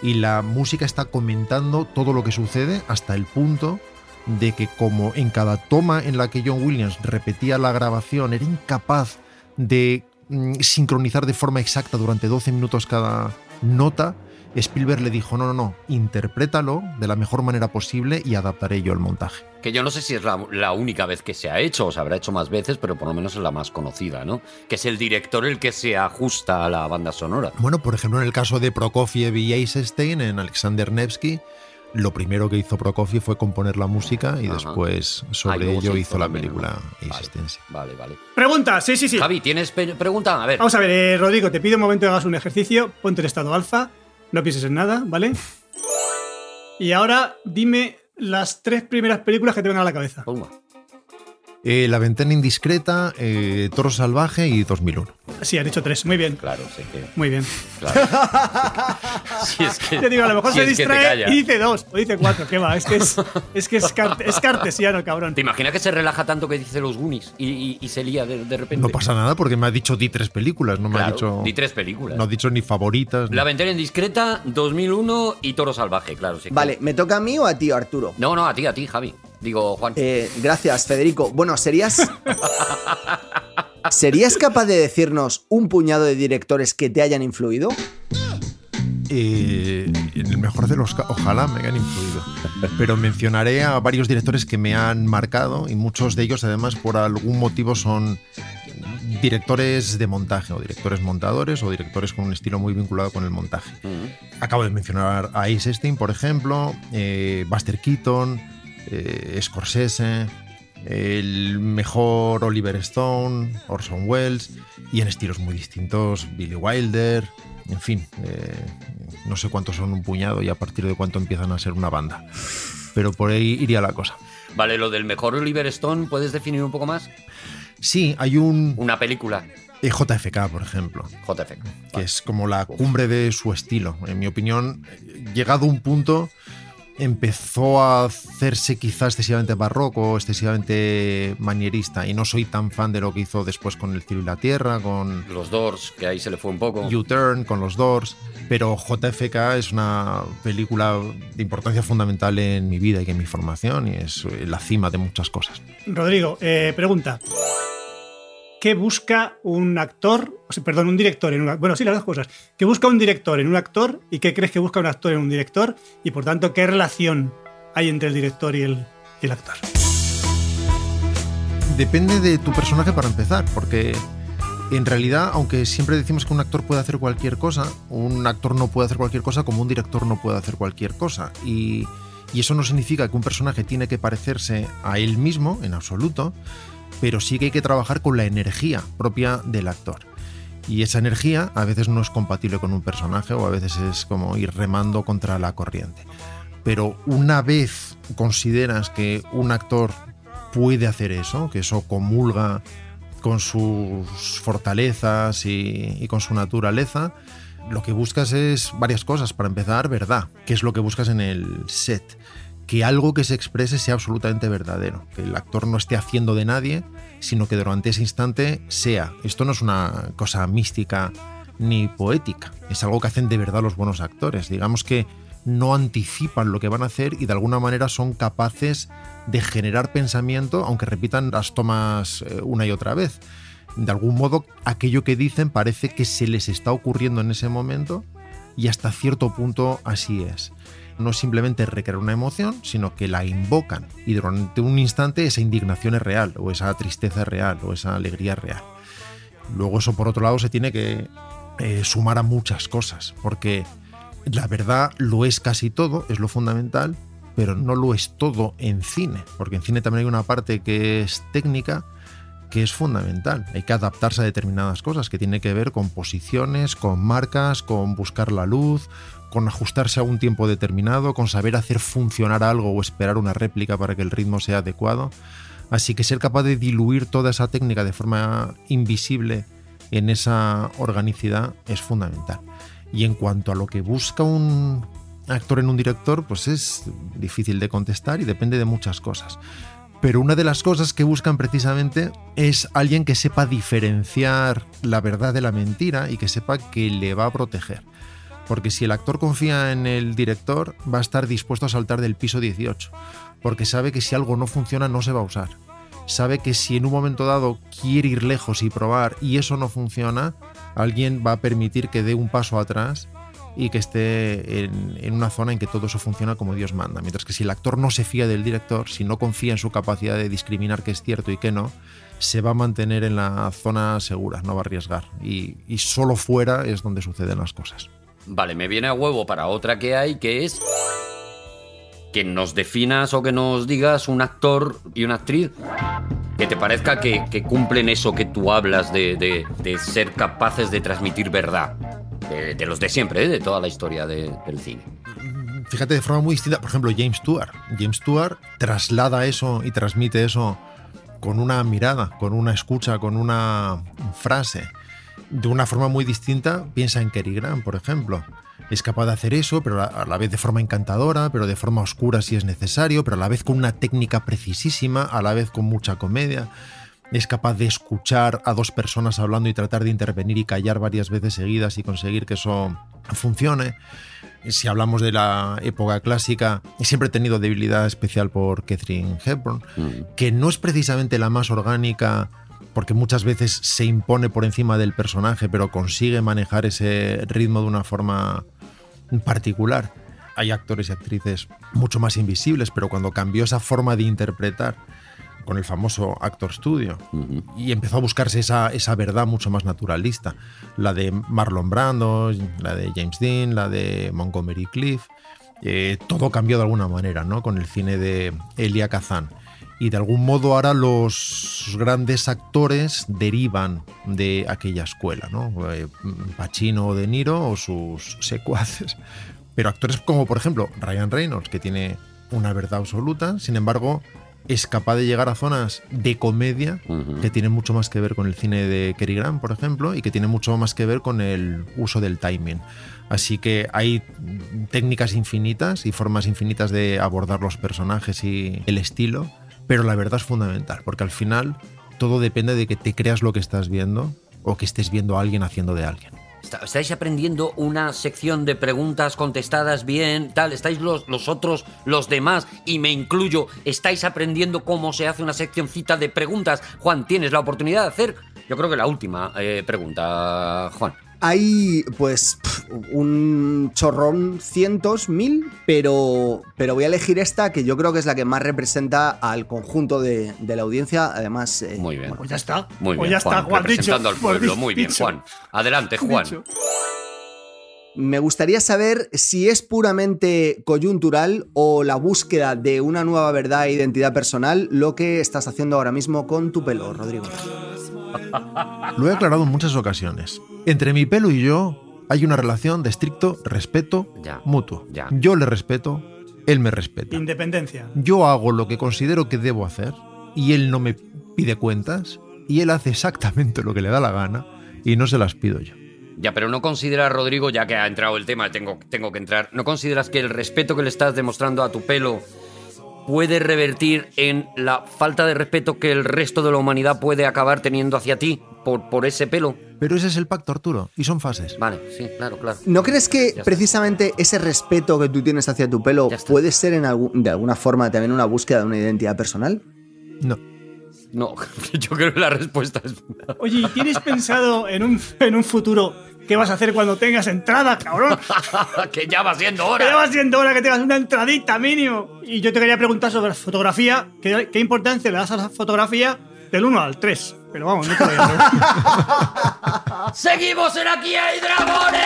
Y la música está comentando todo lo que sucede hasta el punto de que como en cada toma en la que John Williams repetía la grabación era incapaz de mm, sincronizar de forma exacta durante 12 minutos cada nota, Spielberg le dijo, no, no, no, interprétalo de la mejor manera posible y adaptaré yo el montaje.
Que yo no sé si es la, la única vez que se ha hecho, o se habrá hecho más veces, pero por lo menos es la más conocida, ¿no? Que es el director el que se ajusta a la banda sonora.
Bueno, por ejemplo, en el caso de Prokofiev y Eisenstein, en Alexander Nevsky, lo primero que hizo Prokofiev fue componer la música y
Ajá.
después
Ah, y
sobre
luego
ello
se
hizo la
el menú,
película
¿no?
Existencia.
Vale, vale. vale.
Pregunta, sí, sí, sí.
Javi, ¿tienes pe- pregunta? A ver.
Vamos a ver, eh, Rodrigo, te pido un momento que hagas un ejercicio, ponte en estado alfa, no pienses en nada, ¿vale? Y ahora dime las tres primeras películas que te vengan a la cabeza.
Pumba.
Eh, la ventana indiscreta, eh, Toro salvaje y 2001.
Sí, han hecho tres, muy bien.
Claro, sé que.
Muy bien.
Claro. si es que
Te digo, a lo mejor
si
se
es que te
distrae
calla.
y dice dos o dice cuatro. ¿Qué va? Es que es, es, que es, carte- es cartesiano, cabrón.
¿Te imaginas que se relaja tanto que dice los Goonies y, y- y se lía de, de repente?
No pasa nada porque me ha dicho di tres películas, no me ha
Claro,
dicho
Di tres películas.
no ha dicho ni favoritas. ni-
La Ventana Indiscreta, 2001 y Toro Salvaje, claro. sí que-
Vale, ¿me toca a mí o a ti, Arturo?
No, no, a ti, a ti, Javi. Digo, Juan.
Eh, gracias, Federico. Bueno, ¿serías. ¿Serías capaz de decirnos un puñado de directores que te hayan influido?
Eh, en el mejor de los ca- ojalá me hayan influido. Pero mencionaré a varios directores que me han marcado y muchos de ellos además por algún motivo son directores de montaje o directores montadores o directores con un estilo muy vinculado con el montaje. Acabo de mencionar a Eisenstein, por ejemplo, eh, Buster Keaton, eh, Scorsese, el mejor Oliver Stone, Orson Welles, y en estilos muy distintos, Billy Wilder, en fin, eh, no sé cuántos son un puñado y a partir de cuánto empiezan a ser una banda. Pero por ahí iría la cosa.
Vale, lo del mejor Oliver Stone, ¿puedes definir un poco más?
Sí, hay un
Una película,
eh, JFK, por ejemplo,
JFK.
que es como la cumbre de su estilo. En mi opinión, eh, llegado un punto, empezó a hacerse quizá excesivamente barroco, excesivamente manierista. Y no soy tan fan de lo que hizo después con El cielo y la tierra, con
Los Doors, que ahí se le fue un poco.
U-Turn, con los Doors. Pero JFK es una película de importancia fundamental en mi vida y en mi formación y es eh, la cima de muchas cosas.
Rodrigo, eh, pregunta. ¿Qué busca un actor, o sea, perdón, un director en un ac- Bueno, sí, las dos cosas. ¿Qué busca un director en un actor y qué crees que busca un actor en un director? Y por tanto, ¿qué relación hay entre el director y el, y el actor?
Depende de tu personaje para empezar, porque en realidad, aunque siempre decimos que un actor puede hacer cualquier cosa, un actor no puede hacer cualquier cosa como un director no puede hacer cualquier cosa. Y, y eso no significa que un personaje tiene que parecerse a él mismo en absoluto, pero sí que hay que trabajar con la energía propia del actor. Y esa energía a veces no es compatible con un personaje o a veces es como ir remando contra la corriente. Pero una vez consideras que un actor puede hacer eso, que eso comulga con sus fortalezas y, y con su naturaleza, lo que buscas es varias cosas. Para empezar, verdad, que es lo que buscas en el set. Que algo que se exprese sea absolutamente verdadero, que el actor no esté haciendo de nadie, sino que durante ese instante sea. Esto no es una cosa mística ni poética, es algo que hacen de verdad los buenos actores. Digamos que no anticipan lo que van a hacer y de alguna manera son capaces de generar pensamiento, aunque repitan las tomas eh, una y otra vez. De algún modo, aquello que dicen parece que se les está ocurriendo en ese momento y hasta cierto punto así es. No es simplemente recrear una emoción, sino que la invocan y durante un instante esa indignación es real, o esa tristeza es real, o esa alegría es real. Luego eso, por otro lado, se tiene que eh, sumar a muchas cosas, porque la verdad lo es casi todo, es lo fundamental, pero no lo es todo en cine, porque en cine también hay una parte que es técnica, que es fundamental. Hay que adaptarse a determinadas cosas que tiene que ver con posiciones, con marcas, con buscar la luz, con ajustarse a un tiempo determinado, con saber hacer funcionar algo o esperar una réplica para que el ritmo sea adecuado. Así que ser capaz de diluir toda esa técnica de forma invisible en esa organicidad es fundamental. Y en cuanto a lo que busca un actor en un director, pues es difícil de contestar y depende de muchas cosas. Pero una de las cosas que buscan precisamente es alguien que sepa diferenciar la verdad de la mentira y que sepa que le va a proteger. Porque si el actor confía en el director, va a estar dispuesto a saltar del piso 18. Porque sabe que si algo no funciona, no se va a usar. Sabe que si en un momento dado quiere ir lejos y probar y eso no funciona, alguien va a permitir que dé un paso atrás y que esté en, en una zona en que todo eso funciona como Dios manda. Mientras que si el actor no se fía del director, si no confía en su capacidad de discriminar qué es cierto y qué no, se va a mantener en la zona segura, no va a arriesgar. Y, y solo fuera es donde suceden las cosas.
Vale, me viene a huevo para otra que hay, que es que nos definas o que nos digas un actor y una actriz que te parezca que, que cumplen eso que tú hablas de, de- de ser capaces de transmitir verdad. De, de los de siempre, ¿eh? de toda la historia de- del cine.
Fíjate de forma muy distinta, por ejemplo, James Stewart. James Stewart traslada eso y transmite eso con una mirada, con una escucha, con una frase. De una forma muy distinta, piensa en Cary Grant, por ejemplo. Es capaz de hacer eso, pero a- a la vez de forma encantadora, pero de forma oscura si es necesario, pero a la vez con una técnica precisísima, a la vez con mucha comedia. es capaz de escuchar a dos personas hablando y tratar de intervenir y callar varias veces seguidas y conseguir que eso funcione. Si hablamos de la época clásica, siempre he tenido debilidad especial por Catherine Hepburn, que no es precisamente la más orgánica porque muchas veces se impone por encima del personaje, pero consigue manejar ese ritmo de una forma particular. Hay actores y actrices mucho más invisibles, pero cuando cambió esa forma de interpretar con el famoso Actor Studio y empezó a buscarse esa, esa verdad mucho más naturalista, la de Marlon Brando, la de James Dean, la de Montgomery Cliff, eh, todo cambió de alguna manera ¿no? con el cine de Elia Kazan. Y de algún modo ahora los grandes actores derivan de aquella escuela, ¿no? Eh, Pacino o De Niro o sus secuaces. Pero actores como, por ejemplo, Ryan Reynolds, que tiene una verdad absoluta, sin embargo, es capaz de llegar a zonas de comedia
Mm.
que tienen mucho más que ver con el cine de Cary Grant, por ejemplo, y que tienen mucho más que ver con el uso del timing. Así que hay mm, técnicas infinitas y formas infinitas de abordar los personajes y el estilo, pero la verdad es fundamental, porque al final todo depende de que te creas lo que estás viendo o que estés viendo a alguien haciendo de alguien.
Está- Estáis aprendiendo una sección de preguntas contestadas bien, tal, estáis los, los otros, los demás, y me incluyo, estáis aprendiendo cómo se hace una seccioncita de preguntas. Juan, tienes la oportunidad de hacer, yo creo que la última eh, pregunta, Juan.
Hay, pues, pf, un chorrón, cientos, mil, pero, pero voy a elegir esta que yo creo que es la que más representa al conjunto de, de la audiencia. Además, eh,
Muy bien.
Pues ya está.
Muy
Pues
bien,
ya
Juan,
está, Juan. dicho,
representando al
Juan,
pueblo.
di-
Muy bien,
dicho,
Juan. Adelante, Juan.
dicho.
me gustaría saber si es puramente coyuntural o la búsqueda de una nueva verdad e identidad personal lo que estás haciendo ahora mismo con tu pelo, Rodrigo.
Lo he aclarado en muchas ocasiones. Entre mi pelo y yo hay una relación de estricto respeto
Ya,
mutuo.
ya.
Yo le respeto, él me respeta.
Independencia.
Yo hago lo que considero que debo hacer y él no me pide cuentas y él hace exactamente lo que le da la gana y no se las pido yo.
Ya, pero no consideras, Rodrigo, ya que ha entrado el tema, tengo, tengo que entrar, ¿no consideras que el respeto que le estás demostrando a tu pelo puede revertir en la falta de respeto que el resto de la humanidad puede acabar teniendo hacia ti por, por ese pelo?
Pero ese es el pacto, Arturo, y son fases.
Vale, sí, claro, claro.
¿No crees que
está.
precisamente ese respeto que tú tienes hacia tu pelo
Ya está.
puede ser en algu- de alguna forma también una búsqueda de una identidad personal?
No.
No, yo creo que la respuesta es...
Oye, ¿y tienes pensado en un, en un futuro qué vas a hacer cuando tengas entrada, cabrón?
que ya va siendo
Que
hora.
lleva siendo hora que tengas una entradita mínimo. Y yo te quería preguntar sobre la fotografía. ¿Qué, qué importancia le das a la fotografía del 1 al 3? Pero vamos, no te voy a preguntar.
¡Seguimos en Aquí hay dragones!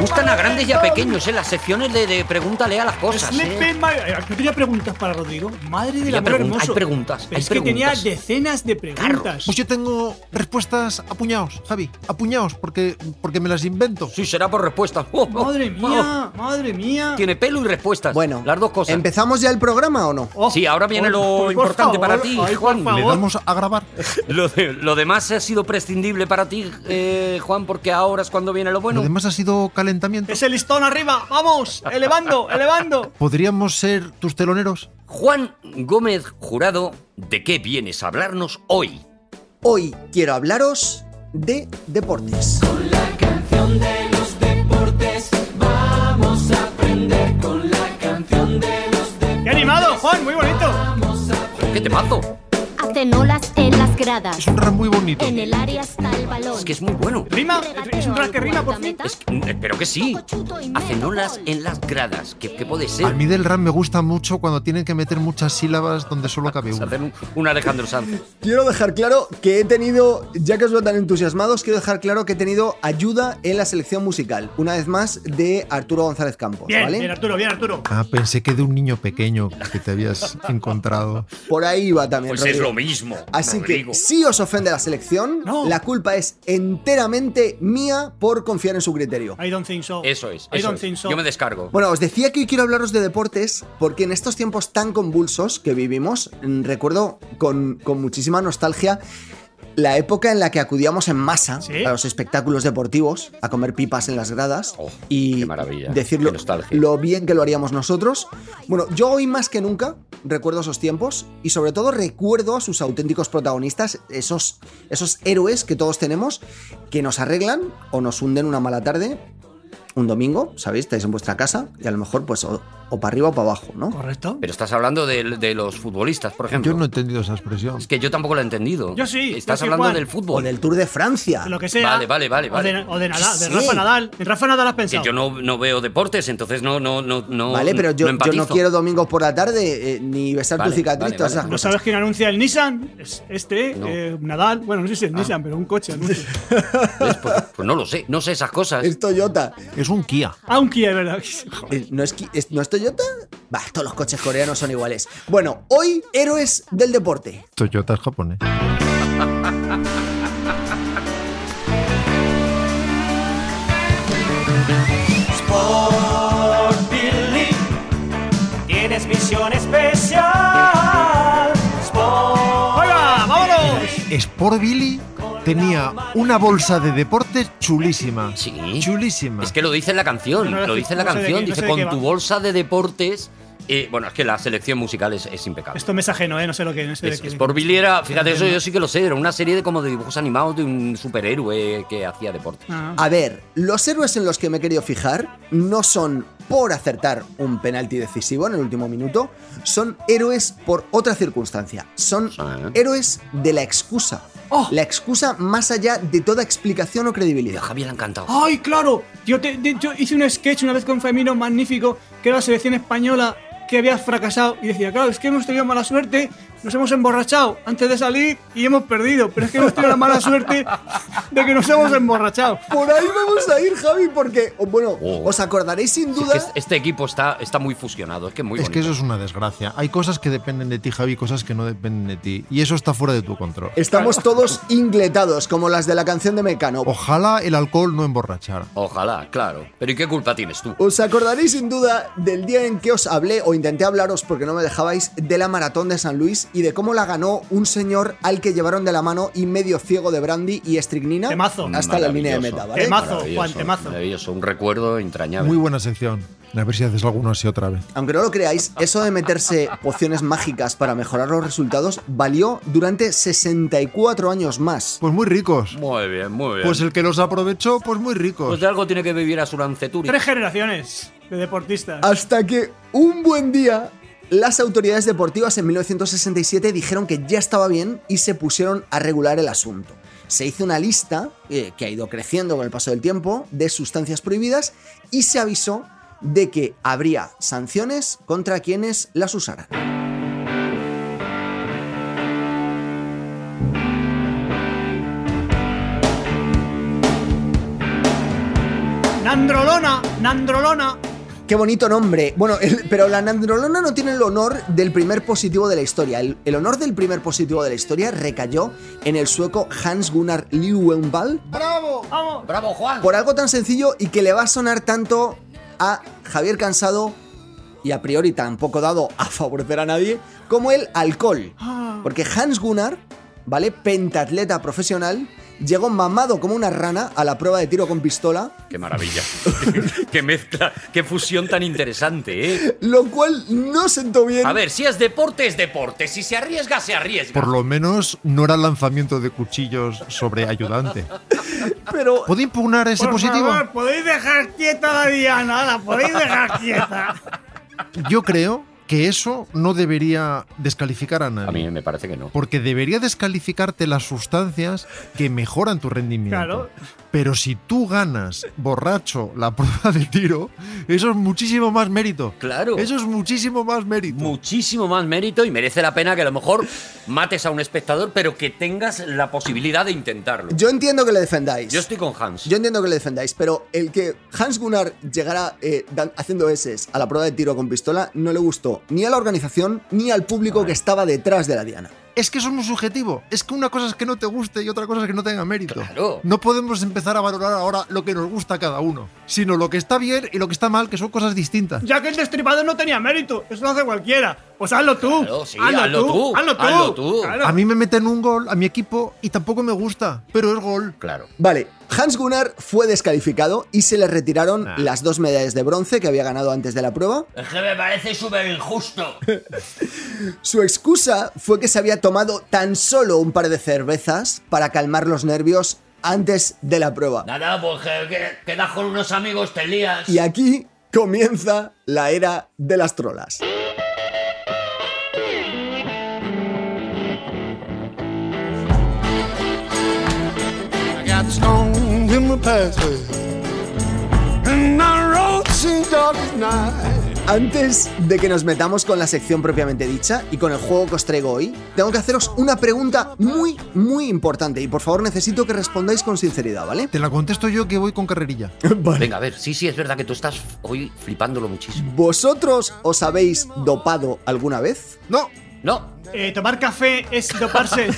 Gustan a grandes y a pequeños, en las secciones de, de pregúntale a las cosas. ¿eh?
Sleeping Mario. Yo tenía preguntas para Rodrigo. Madre del
Había
amor
pregun-
hermoso.
hay preguntas, hay
es que tenía
preguntas.
decenas de preguntas.
Pues yo tengo respuestas apuñados, Javi, apuñados, porque, porque me las invento.
Sí, será por respuesta. Oh,
Madre mía, madre mía.
Tiene pelo y respuestas.
Bueno,
las dos cosas.
¿empezamos ya el programa o no?
Oh,
Sí, ahora viene lo
por
importante para ti,
ay, por
Juan.
Le
favor.
damos a grabar.
Lo, de- lo demás ha sido prescindible para ti, eh, Juan, porque ahora es cuando viene lo bueno.
Lo demás ha sido calentamiento.
Ese listón arriba, vamos, elevando, elevando.
¿Podríamos ser tus teloneros?
Juan Gómez Jurado, ¿de qué vienes a hablarnos hoy?
Hoy quiero hablaros de deportes.
¡Qué animado, Juan! Muy bonito.
¿Qué temazo?
Hace olas en las gradas.
Es un rap muy bonito.
En el área está el balón.
Es que es muy bueno.
Rima, es un track que rima por fin.
Es que- mm, pero que sí. Hacen olas en las gradas. Que, que puede
A
ser.
mí del rap me gusta mucho cuando tienen que meter muchas sílabas donde solo cabe una.
Hacer un, un Alejandro Sanz.
Quiero dejar claro que he tenido, ya que os veo tan entusiasmados, quiero dejar claro que he tenido ayuda en la selección musical, una vez más, de Arturo González Campos,
Bien,
¿vale?
bien, Arturo, bien, Arturo.
Ah, pensé que de un niño pequeño que te habías encontrado.
Por ahí va también.
Pues es
Rodrigo.
lo mismo.
Así
Rodrigo.
que si os ofende la selección,
No.
la culpa es enteramente mía por confiar en su criterio.
I don't think so.
Eso es.
I
eso
don't
es.
think so.
Yo me descargo.
Bueno, os decía que hoy quiero hablaros de deportes porque en estos tiempos tan convulsos que vivimos, mm, recuerdo con, con muchísima nostalgia la época en la que acudíamos en masa
Sí.
a los espectáculos deportivos, a comer pipas en las gradas
Oh,
y
qué maravilla,
decir
qué
lo,
nostalgia.
lo bien que lo haríamos nosotros. Bueno, yo hoy más que nunca recuerdo esos tiempos y sobre todo recuerdo a sus auténticos protagonistas, esos, esos héroes que todos tenemos que nos arreglan o nos hunden una mala tarde un domingo, ¿sabéis? Estáis en vuestra casa y a lo mejor pues o, para arriba o para abajo, ¿no?
Correcto.
Pero estás hablando de, de los futbolistas, por ejemplo.
Yo no he entendido esa expresión.
Es que yo tampoco lo he entendido.
Yo sí,
Estás
yo sí,
hablando
Juan.
del
O
fútbol.
del Tour de Francia.
De Lo que sea.
Vale, vale, vale,
O de,
vale.
o de Nadal, de
Sí.
Rafa Nadal. En Rafa Nadal has
Que
pensado.
yo no, no veo deportes, entonces no, no, no, no.
Vale, pero yo yo no,
empatizo.
quiero domingos por la tarde eh, ni besar
Vale,
tu cicatriz,
vale,
todas
vale.
esas
¿No
cosas.
sabes quién anuncia el Nissan? Es este,
No. Ah.
eh, Nadal. Bueno, no sé si es Nissan, pero un coche anuncia.
¿Ves? Pues, pues no lo sé, no sé esas cosas.
Es Toyota.
Es un Kia.
Aunque, ¿verdad?
Eh, ¿No es, qui- es- ¿No es Toyota? Bah, todos los coches coreanos son iguales. Bueno, hoy héroes del deporte.
Toyota es japonés.
Sport Billy, tienes visión especial. Sport
¡Venga, vámonos!
Sport Billy tenía una bolsa de deportes chulísima.
Sí.
Chulísima.
Es que lo dice en la canción,
No, no,
lo dice en la
no sé de
canción.
qué- no sé
dice
de qué
con
va".
tu bolsa de deportes. eh, bueno, es que la selección musical es, es impecable.
Esto me es ajeno, ¿eh? No sé lo que no sé de
Es,
qué-
es por Billy era, fíjate, eso yo sí que lo sé, era una serie de como de dibujos animados de un superhéroe que hacía deporte.
Ah.
A ver, los héroes en los que me he querido fijar no son por acertar un penalti decisivo en el último minuto, son héroes por otra circunstancia. Son héroes de la excusa. La excusa más allá de toda explicación o
Y a
credibilidad.
Javier le ha encantado.
Ah,
¡Ay, claro! Yo, te- de- yo hice un sketch una vez con Femino magnífico, que era la selección española que había fracasado. Y decía, claro, es que hemos tenido mala suerte, nos hemos emborrachado antes de salir y hemos perdido. Pero es que hemos tenido la mala suerte de que nos hemos emborrachado.
Por ahí vamos a ir, Javi, porque, o- bueno,
Oh.
os acordaréis sin
Sí, es que
duda.
es- este equipo está, está muy fusionado, es que es muy
Es que
bonito.
eso es una desgracia. Hay cosas que dependen de ti, Javi, cosas que no dependen de ti. Y eso está fuera de tu control.
Estamos todos ingletados, como las de la canción de Mecano.
Ojalá el alcohol no emborrachara.
Ojalá, claro. Pero ¿y qué culpa tienes tú?
Os acordaréis sin duda del día en que os hablé o intenté hablaros porque no me dejabais de la maratón de San Luis y de cómo la ganó un señor al que llevaron de la mano y medio ciego de brandy y estricnina
Temazo.
hasta la línea de
Maravilloso.
meta, ¿vale?
Temazo,
Maravilloso,
Juan, temazo.
Maravilloso, un recuerdo entrañable.
Muy buena sección. A ver si haces alguno así otra vez.
Aunque no lo creáis, eso de meterse pociones mágicas para mejorar los resultados valió durante 64 años más.
Pues muy ricos.
Muy bien, muy bien.
Pues
Pues,
el que los aprovechó, pues muy ricos.
de algo tiene que vivir a su lanceturi.
Tres generaciones de deportistas.
Hasta que un buen día las autoridades deportivas en 1967 dijeron que ya estaba bien y se pusieron a regular el asunto. Se hizo una lista, eh, que ha ido creciendo con el paso del tiempo, de sustancias prohibidas y se avisó de que habría sanciones contra quienes las usaran.
Nandrolona, Nandrolona.
Qué bonito nombre. Bueno, el- pero la Nandrolona no tiene el honor del primer positivo de la historia. El, el honor del primer positivo de la historia recayó en el sueco Hans Gunnar Liuwenvall,
Vamos.
¡Bravo, Juan!
por algo tan sencillo y que le va a sonar tanto a Javier Cansado y a priori tampoco dado a favorecer a nadie como el alcohol. Porque Hans Gunnar, ¿vale? Pentatleta profesional, llegó mamado como una rana a la prueba de tiro con pistola,
¡Qué maravilla! ¡Qué mezcla! ¡Qué fusión tan interesante, eh!
lo cual no sentó bien.
A ver, si es deporte, es deporte. Si se arriesga, se arriesga.
Por lo menos no era lanzamiento de cuchillos sobre ayudante.
Pero
¿Puedo impugnar ese
Por
positivo?
favor, podéis dejar quieta a la Diana, la podéis dejar quieta.
Yo creo que eso no debería descalificar a nadie.
A mí me parece que no.
Porque debería descalificarte las sustancias que mejoran tu rendimiento.
Claro.
Pero si tú ganas borracho la prueba de tiro, eso es muchísimo más mérito.
Claro.
Eso es muchísimo más mérito.
Muchísimo más mérito y merece la pena que a lo mejor mates a un espectador, pero que tengas la posibilidad de intentarlo.
Yo entiendo que le defendáis.
Yo estoy con Hans.
Yo entiendo que le defendáis, pero el que Hans Gunnar llegara eh, dan- haciendo S a la prueba de tiro con pistola no le gustó ni a la organización ni al público que estaba detrás de la Diana.
Es que eso es muy subjetivo. Es que una cosa es que no te guste y otra cosa es que no tenga mérito.
Claro.
No podemos empezar a valorar ahora lo que nos gusta a cada uno, sino lo que está bien y lo que está mal, que son cosas distintas.
Ya que el destripado no tenía mérito, eso lo hace cualquiera. Pues hazlo tú.
Claro, sí, hazlo tú,
Hazlo tú.
hazlo tú.
Claro.
A mí me meten un gol a mi equipo y tampoco me gusta, pero es gol.
Claro.
Vale, Hans Gunnar fue descalificado y se le retiraron
Ah.
las dos medallas de bronce que había ganado antes de la prueba.
Es que me parece súper injusto.
Su excusa fue que se había tomado tan solo un par de cervezas para calmar los nervios antes de la prueba.
Nada, pues que, que- quedas con unos amigos, te lías.
Y aquí comienza la era de las trolas.
I got stoned in my pathway. And I rode since dark as night.
Antes de que nos metamos con la sección propiamente dicha y con el juego que os traigo hoy, tengo que haceros una pregunta muy, muy importante y por favor necesito que respondáis con sinceridad, ¿vale?
Te la contesto yo que voy con carrerilla.
Venga, a ver, sí, sí, es verdad que tú estás hoy flipándolo muchísimo.
¿Vosotros os habéis dopado alguna vez?
No,
No,
Eh, tomar café es doparse.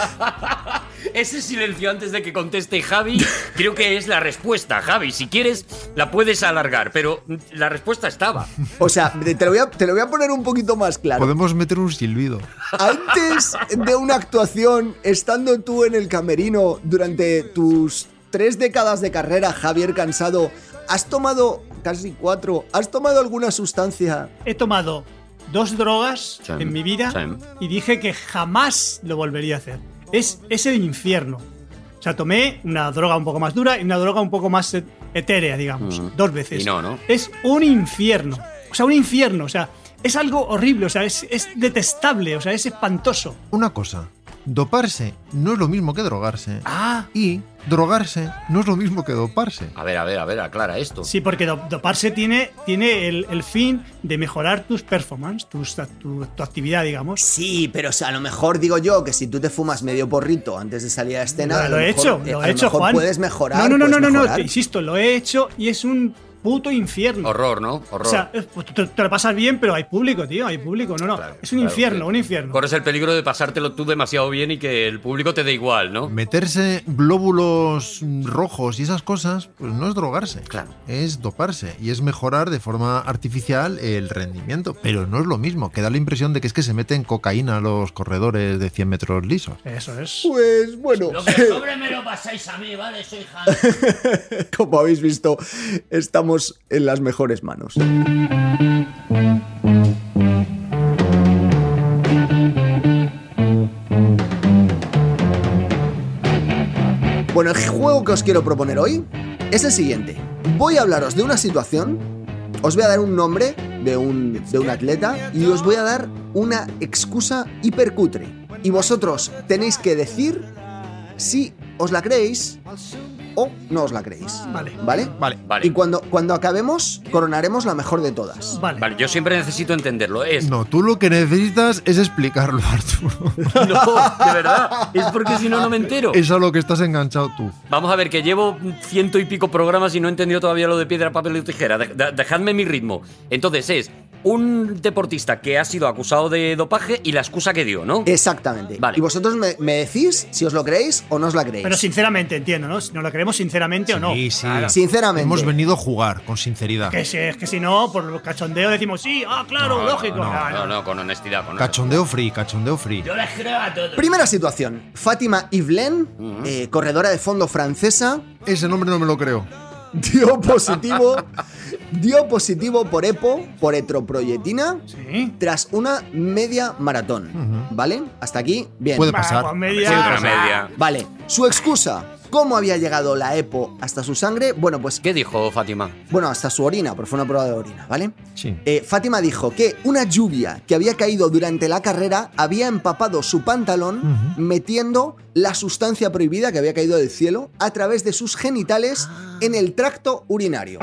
ese silencio antes de que conteste Javi, creo que es la respuesta. Javi, si quieres, la puedes alargar, pero la respuesta estaba.
O sea, te lo voy a, te lo voy a poner un poquito más claro.
podemos meter un silbido.
Antes de una actuación, estando tú en el camerino durante tus tres décadas de carrera, Javier Cansado, ¿has tomado casi cuatro? ¿Has tomado alguna sustancia?
He tomado dos drogas
Sí,
en mi vida
sí.
y dije que jamás lo volvería a hacer. Es, es el infierno. O sea, tomé una droga un poco más dura y una droga un poco más et- etérea, digamos. Dos veces.
Mm. Y no, ¿no?
Es un infierno. O sea, un infierno. O sea, es algo horrible. O sea, es, es detestable. O sea, es espantoso.
Una cosa, doparse no es lo mismo que drogarse.
Ah.
Y drogarse no es lo mismo que doparse.
A ver, a ver, a ver, aclara esto.
Sí, porque do- doparse tiene, tiene el, el fin de mejorar tus performance, tus, tu, tu actividad, digamos.
Sí, pero o sea, a lo mejor digo yo que si tú te fumas medio porrito antes de salir a escena, a
lo he
mejor-
hecho,
eh,
lo
a
he hecho,
mejor
Juan.
puedes mejorar.
No, no, no, no,
puedes
no, no,
mejorar.
te insisto, lo he hecho y es un puto infierno.
Horror, ¿no?
O
Horror.
sea, eh, pues, te, te lo pasas bien, pero hay público, tío, hay público. No, no,
Claro,
es un
claro,
infierno,
sí.
un infierno.
eh, Corres el peligro de pasártelo tú demasiado bien y que el público te dé igual, ¿no?
Meterse glóbulos rojos y esas cosas, pues no es drogarse.
Claro.
Es doparse y es mejorar de forma artificial el rendimiento. Pero no es lo mismo, que da la impresión de que es que se meten cocaína a los corredores de 100 metros lisos.
Eso es.
Pues bueno,
me lo pasáis a mí, ¿vale? Soy
como habéis visto, estamos en las mejores manos. Bueno, el juego que os quiero proponer hoy es el siguiente. Voy a hablaros de una situación, os voy a dar un nombre de un, de un atleta y os voy a dar una excusa hipercutre. Y vosotros tenéis que decir si os la creéis o no os la creéis.
Vale.
¿Vale?
Vale.
Vale.
Y cuando, cuando acabemos, coronaremos la mejor de todas.
Vale.
Vale, yo siempre necesito entenderlo. Es.
No, tú lo que necesitas es explicarlo, Arturo.
No, de verdad. Es porque si no, no me entero.
es a lo que estás enganchado tú.
Vamos a ver, que llevo ciento y pico programas y no he entendido todavía lo de piedra, papel y tijera. De- de- dejadme mi ritmo. Entonces es un deportista que ha sido acusado de dopaje y la excusa que dio, ¿no?
Exactamente.
Vale.
Y vosotros me, me decís si os lo creéis o no os la creéis.
Pero sinceramente, entiendo, ¿no? Si no lo queremos sinceramente o no.
Sí, sí.
Sinceramente.
Ah. Hemos venido a jugar con sinceridad.
Que si, es que si no, por el cachondeo decimos sí, ah, claro,
No, no,
lógico.
no,
Ah,
No, no, con honestidad. Con
Cachondeo free, cachondeo free.
Primera situación. Fátima Yvelin, eh, corredora de fondo francesa,
Ese nombre no me lo creo.
dio positivo, dio positivo por EPO, por etroproyetina,
Sí.
tras una media maratón. ¿Vale? Hasta aquí, bien.
Puede
Va,
pasar.
con
honestidad. Sí,
Ah, media.
otra media.
Vale. Su excusa. ¿Cómo había llegado la EPO hasta su sangre? Bueno, pues
¿Qué dijo Fátima?
bueno, hasta su orina, porque fue una prueba de orina, ¿vale?
Sí.
Eh, Fátima dijo que una lluvia que había caído durante la carrera había empapado su pantalón metiendo la sustancia prohibida que había caído del cielo a través de sus genitales
Ah.
en el tracto urinario.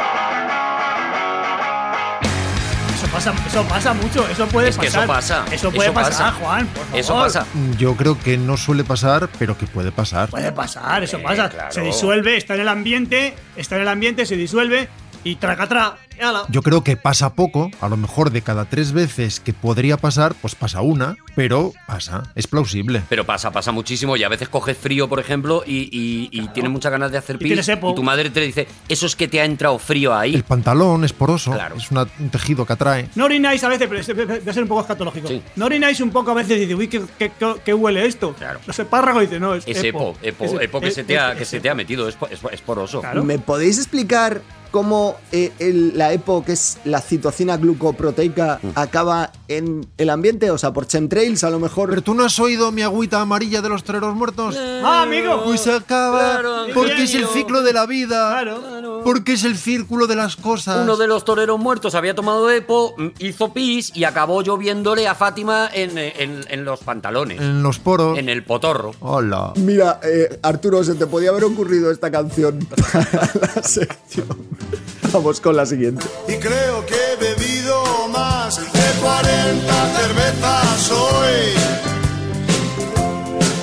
Eso pasa, eso pasa mucho, eso puede
Es que eso
pasar.
pasa,
Eso puede
eso
pasar,
pasa.
Juan, por favor.
Eso pasa.
Yo creo que no suele pasar, pero que puede pasar.
Puede pasar, eso pasa.
Eh, claro.
Se disuelve, está en el ambiente, está en el ambiente, se disuelve y tracatra. ala.
Yo creo que pasa poco, a lo mejor de cada tres veces que podría pasar, pues pasa una, pero pasa, es plausible.
Pero pasa, pasa muchísimo y a veces coges frío, por ejemplo, y, y, y tienes muchas ganas de hacer
Y
pis
tienes epo.
tu madre te dice, eso es que te ha entrado frío
El
ahí.
pantalón es poroso,
Claro.
es una- un tejido que atrae.
No orináis a veces, pero este- voy a ser un poco escatológico.
Sí.
No orináis un poco a veces y dices, uy, ¿qué, qué, qué- qué huele esto?
Claro.
Los espárragos dicen, no, es,
Es epo, epo,
Es-
epo que,
es-
se te ha,
es-
que
es
se
epo.
te ha metido, es, po- es- es poroso.
Claro.
¿Me podéis explicar cómo eh, el- la EPO, que es la citocina glucoproteica, acaba en el ambiente? O sea, por chemtrails a lo
Pero
mejor.
tú no has oído mi agüita amarilla de los toreros muertos.
Ah, amigo.
Hoy se acaba
Claro,
porque es el
amigo.
ciclo de la vida,
Claro.
porque es el círculo de las cosas.
Uno de los toreros muertos había tomado epo, mm, hizo pis y acabó lloviéndole a Fátima en, en- en los pantalones,
Eh.
En los poros.
en el potorro.
Hola.
Mira, eh, Arturo, se te podía haber ocurrido esta canción para la sección. Vamos con la siguiente.
Y creo que he bebido más de 40 cervezas hoy.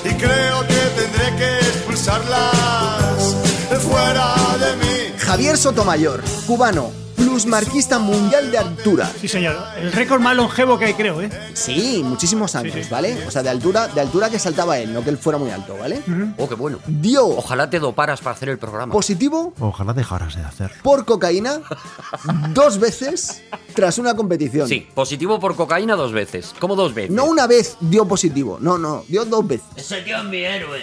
Y creo que tendré que expulsarlas de fuera de mí.
Javier Sotomayor, cubano, plusmarquista mundial de altura.
Sí, señor. El récord más longevo que hay, creo, ¿eh?
Sí, muchísimos años,
Sí, sí.
¿vale? O sea, de altura, de altura que saltaba él, no que él fuera muy alto, ¿vale?
Oh, qué bueno.
Dio
Ojalá te doparas para hacer el programa.
positivo
Ojalá dejaras de hacerlo.
por cocaína dos veces tras una competición.
Sí, positivo por cocaína dos veces. ¿Cómo dos veces?
No una vez dio positivo, no, no, dio dos veces.
Pues-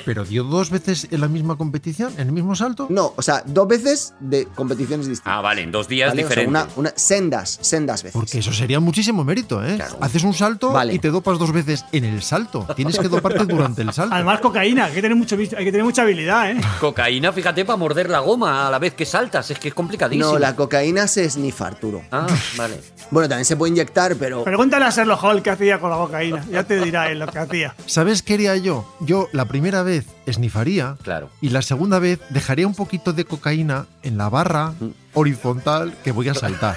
Pero dio dos veces en la misma competición, en el mismo salto.
No, o sea, dos veces de competiciones distintas.
Ah, vale, en dos días
¿vale? O sea,
diferentes.
una, una- sendas, sendas veces.
Porque eso sería muchísimo mérito, ¿eh?
Claro.
Haces un salto
Vale.
y te dopas dos veces en el salto. Tienes que doparte durante el salto.
Además, cocaína, hay que tener, mucho, hay que tener mucha habilidad, ¿eh?
Cocaína, fíjate, para morder la goma a la vez que saltas. Es que es complicadísimo.
No, la cocaína se esnifa, Arturo.
Ah, vale.
Bueno, también se puede inyectar,
Oh.
pero
Pregúntale a Sherlock Hall qué hacía con la cocaína. Ya te dirá él lo que hacía.
¿Sabes qué haría yo? Yo la primera vez esnifaría
Claro.
y la segunda vez dejaría un poquito de cocaína en la barra
Mm.
horizontal que voy a saltar.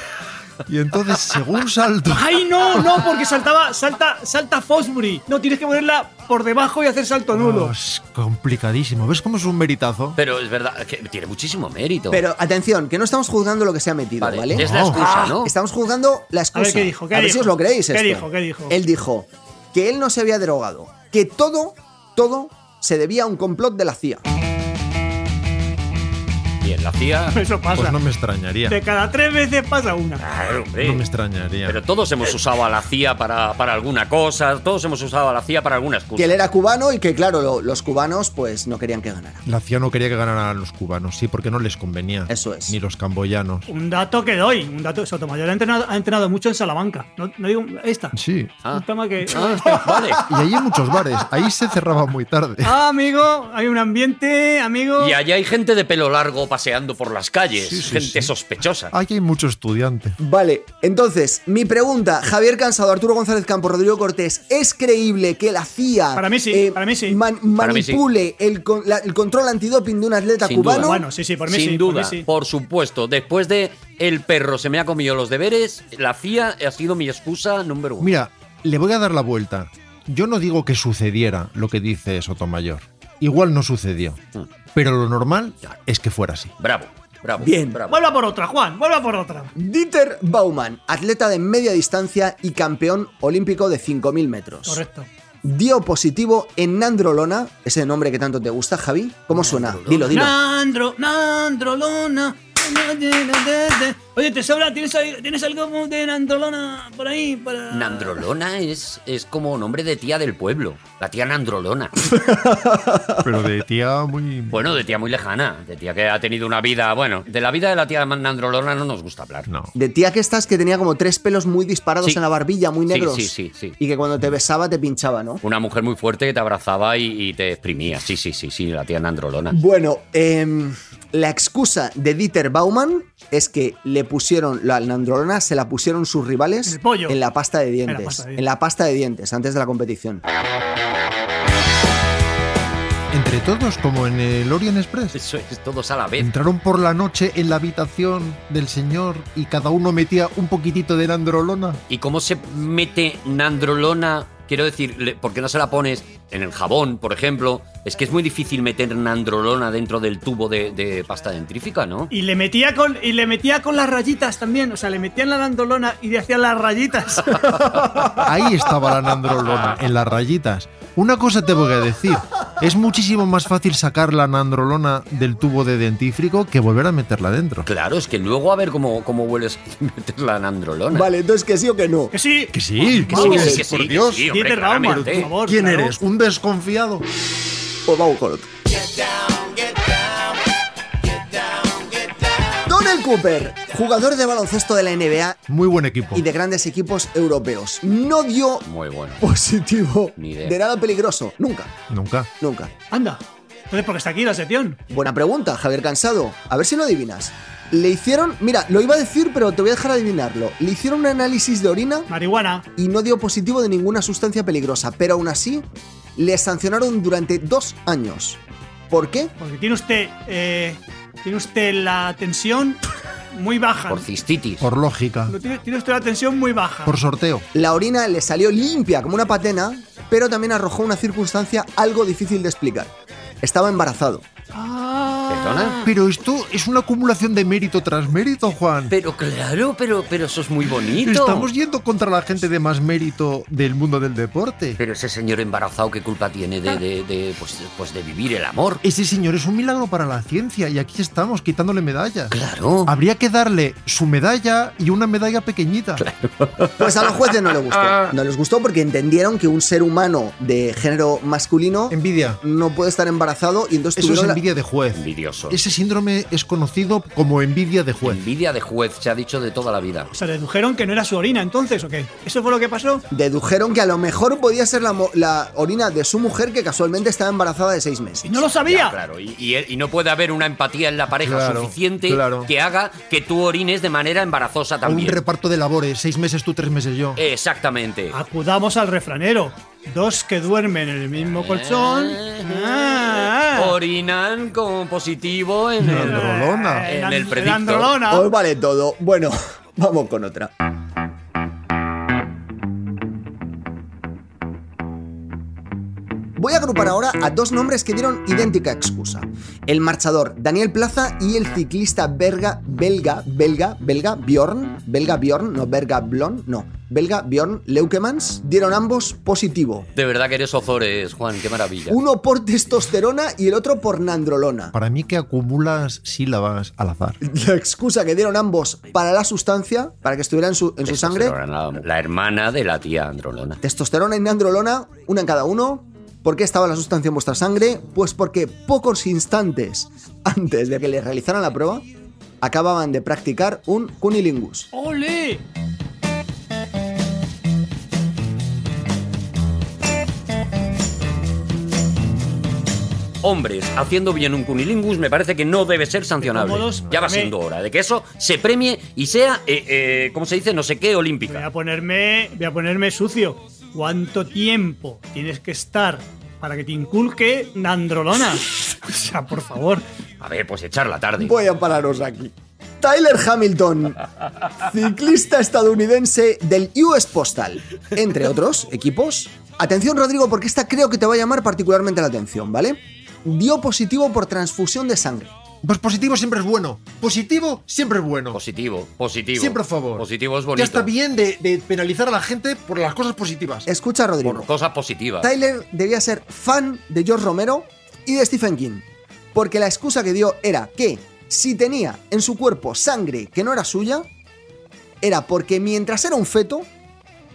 Y entonces, según salto,
¡Ay, no! No, porque saltaba, salta, salta Fosbury. No, tienes que ponerla por debajo y hacer salto nulo.
Es complicadísimo. ¿Ves cómo es un meritazo?
Pero es verdad, que tiene muchísimo mérito.
pero atención, que no estamos juzgando lo que se ha metido,
vale,
¿vale? Ah.
es la
No.
excusa, ¿no?
Estamos juzgando la excusa.
A ver, ¿qué dijo? ¿Qué
A ver
dijo?
si os lo creéis
¿Qué
esto.
dijo? ¿Qué dijo?
Él dijo que él no se había drogado, que todo, todo se debía a un complot de la CIA.
Bien, la hacía.
Eso pasa.
Pues no me extrañaría.
De cada tres veces pasa una.
Claro, hombre.
No me extrañaría.
Pero todos
Eh.
hemos usado a la CIA para, para alguna cosa, todos hemos usado a la CIA para alguna
Que
excusa.
él era cubano y que, claro, lo- los cubanos pues no querían que ganara.
La CIA no quería que ganaran los cubanos, sí, porque no les convenía.
Eso es.
Ni los camboyanos.
Un dato que doy, un dato. Sotomayor ha entrenado, ha entrenado mucho en Salamanca. No, no digo esta.
Sí.
Ah.
Un tema que.
Vale.
Y ahí hay muchos bares. Ahí se cerraba muy tarde.
Ah, amigo, hay un ambiente, amigo.
Y allá hay gente de pelo largo paseando por las calles,
Sí, sí,
gente
sí.
Ah,
sospechosa.
Ahí hay mucho estudiante.
Vale, entonces, mi pregunta, Javier Cansado, Arturo González Campos, Rodrigo Cortés, ¿es creíble que la CIA eh,
Para mí sí, para mí sí.
man-
Para mí sí.
manipule el, con- la- el control antidoping de un atleta
Sin duda.
cubano?
Bueno, sí, sí, por mí
Sin
sí. por
duda,
mí sí.
por supuesto. Después de el perro se me ha comido los deberes, la CIA ha sido mi excusa número uno.
Mira, le voy a dar la vuelta. Yo no digo que sucediera lo que dice Sotomayor. Igual no sucedió.
Mm.
Pero lo normal es que fuera así.
Bravo, bravo.
Bien.
bravo.
Vuelva por otra, Juan, vuelva por otra.
Dieter Baumann, atleta de media distancia y campeón olímpico de 5.000 metros.
Correcto.
Dio positivo en Nandrolona, ese nombre que tanto te gusta, Javi. ¿Cómo suena? Dilo, dilo.
Nandro, Nandrolona.
Oye, te sobra, ¿tienes, ahí- ¿tienes algo de Nandrolona por ahí? Para...
Nandrolona es, es como nombre de tía del pueblo. La tía Nandrolona.
Pero de tía muy.
Bueno, de tía muy lejana. De tía que ha tenido una vida. Bueno, de la vida de la tía Nandrolona no nos gusta hablar.
No.
De tía que estás que tenía como tres pelos muy disparados
Sí.
en la barbilla, muy
Sí,
negros.
sí, sí, sí.
Y que cuando te besaba te pinchaba, ¿no?
Una mujer muy fuerte que te abrazaba y, y te exprimía. Sí, sí, sí, sí, la tía Nandrolona.
Bueno, em, la excusa de Dieter Baumann es que le pusieron la nandrolona, se la pusieron sus rivales en la pasta de dientes. En la pasta de, dientes, antes de la competición.
Ah,
Entre todos, como en el Orient Express.
Eso es, todos a la vez.
Entraron por la noche en la habitación del señor y cada uno metía un poquitito de nandrolona.
¿Y cómo se mete Nandrolona? Quiero decir, le- ¿por qué no se la pones en el jabón, por ejemplo? Es que es muy difícil meter Nandrolona dentro del tubo de, de pasta dentrífica, ¿no?
Y le, metía con, y le metía con las rayitas también. O sea, le metían la nandolona y le hacían las rayitas.
Ahí estaba la nandrolona, en las rayitas. Una cosa te voy a decir. Es muchísimo más fácil sacar la nandrolona del tubo de dentífrico que volver a meterla dentro.
Claro, es que luego a ver cómo, cómo vuelves a meter la Nandrolona.
Vale, entonces que sí o que no.
Que sí.
Que sí,
Que sí, que sí, que sí,
por
que
Dios.
sí, hombre, Dieter Baumann, claramente. por favor,
¿Quién
claro.
eres? ¿Un desconfiado?
O Baucort. Donald Cooper, jugador de baloncesto de la NBA
Muy buen equipo.
y de grandes equipos europeos, no dio
Muy bueno.
positivo
Ni idea.
de nada peligroso. Nunca,
Nunca.
nunca.
Anda. Entonces, porque está aquí la sección.
Buena pregunta, Javier Cansado. A ver si lo adivinas. Le hicieron, mira, lo iba a decir, pero te voy a dejar adivinarlo. Le hicieron un análisis de orina
Marihuana.
y no dio positivo de ninguna sustancia peligrosa, pero aún así le sancionaron durante dos años. ¿Por qué?
Porque tiene usted. eh, tiene usted la tensión muy baja.
Por cistitis.
Por lógica.
No, tiene, tiene usted la tensión muy baja.
Por sorteo.
La orina le salió limpia como una patena, pero también arrojó una circunstancia algo difícil de explicar. Estaba embarazado.
¿Perdona?
Pero esto es una acumulación de mérito tras mérito, Juan.
Pero claro, pero, pero eso es muy bonito.
Estamos yendo contra la gente de más mérito del mundo del deporte.
Pero ese señor embarazado, ¿qué culpa tiene de, de- de, pues, pues de vivir el amor?
Ese señor es un milagro para la ciencia y aquí estamos quitándole medallas.
Claro.
Habría que darle su medalla y una medalla pequeñita.
Pues a los jueces no les gustó. No les gustó porque entendieron que un ser humano de género masculino
Envidia.
no puede estar embarazado y entonces
Eso es
tuvieron la-
envidia de juez.
Envidioso.
Ese síndrome es conocido como envidia de juez.
Envidia de juez, se ha dicho de toda la vida.
O sea, dedujeron que no era su orina entonces, ¿o qué? ¿Eso fue lo que pasó?
Dedujeron que a lo mejor podía ser la, mo- la orina de su mujer que casualmente estaba embarazada de seis meses.
¡Y no lo sabía!
Ya, claro, y, y- y no puede haber una empatía en la pareja
Claro,
suficiente
claro.
que haga que tú orines de manera embarazosa
A un
también. Eh.
reparto de labores, seis meses tú, tres meses yo.
Exactamente.
Acudamos al refranero. Dos que duermen en el
Eh.
mismo colchón. Ah, ah.
Orinan con positivo en el,
Nandrolona.
en
Eran-
el predicto.
eran Drolona.
Hoy vale todo. Bueno, vamos con otra. Voy a agrupar ahora a dos nombres que dieron idéntica excusa. El marchador Daniel Plaza y el ciclista belga, belga, belga, belga, Bjorn, belga Bjorn, no belga Blon, no, belga Bjorn Leukemans, dieron ambos positivo.
De verdad que eres Ozores, Juan, qué maravilla.
Uno por testosterona y el otro por nandrolona.
Para mí que acumulas sílabas al azar.
La excusa que dieron ambos para la sustancia, para que estuviera en su, en su sangre,
La, la hermana de la tía Androlona.
testosterona y nandrolona, una en cada uno. ¿Por qué estaba la sustancia en vuestra sangre? Pues porque pocos instantes antes de que les realizaran la prueba, acababan de practicar un cunilingus.
¡Ole!
Hombres, haciendo bien un cunilingus me parece que no debe ser sancionable.
todos,
ya va
me-
siendo hora de que eso se premie y sea, eh, eh, ¿cómo se dice? No sé qué,
Voy
olímpica.
a ponerme, voy a ponerme sucio. ¿Cuánto tiempo tienes que estar para que te inculque Nandrolona? O sea, por favor.
A ver, pues echar la tarde.
Voy a pararos aquí. Tyler Hamilton, ciclista estadounidense del US Postal, entre otros equipos. Atención Rodrigo, porque esta creo que te va a llamar particularmente la atención, ¿vale? Dio positivo por transfusión de sangre.
Pues positivo siempre es bueno. Positivo siempre es bueno.
Positivo, positivo.
Siempre a favor.
Positivo es
Ya
bonito.
está bien de, de penalizar a la gente por las cosas positivas.
Escucha Rodrigo.
Por cosas positivas.
Tyler debía ser fan de George Romero y de Stephen King, porque la excusa que dio era que Si tenía en su cuerpo sangre que no era suya, era porque mientras era un feto,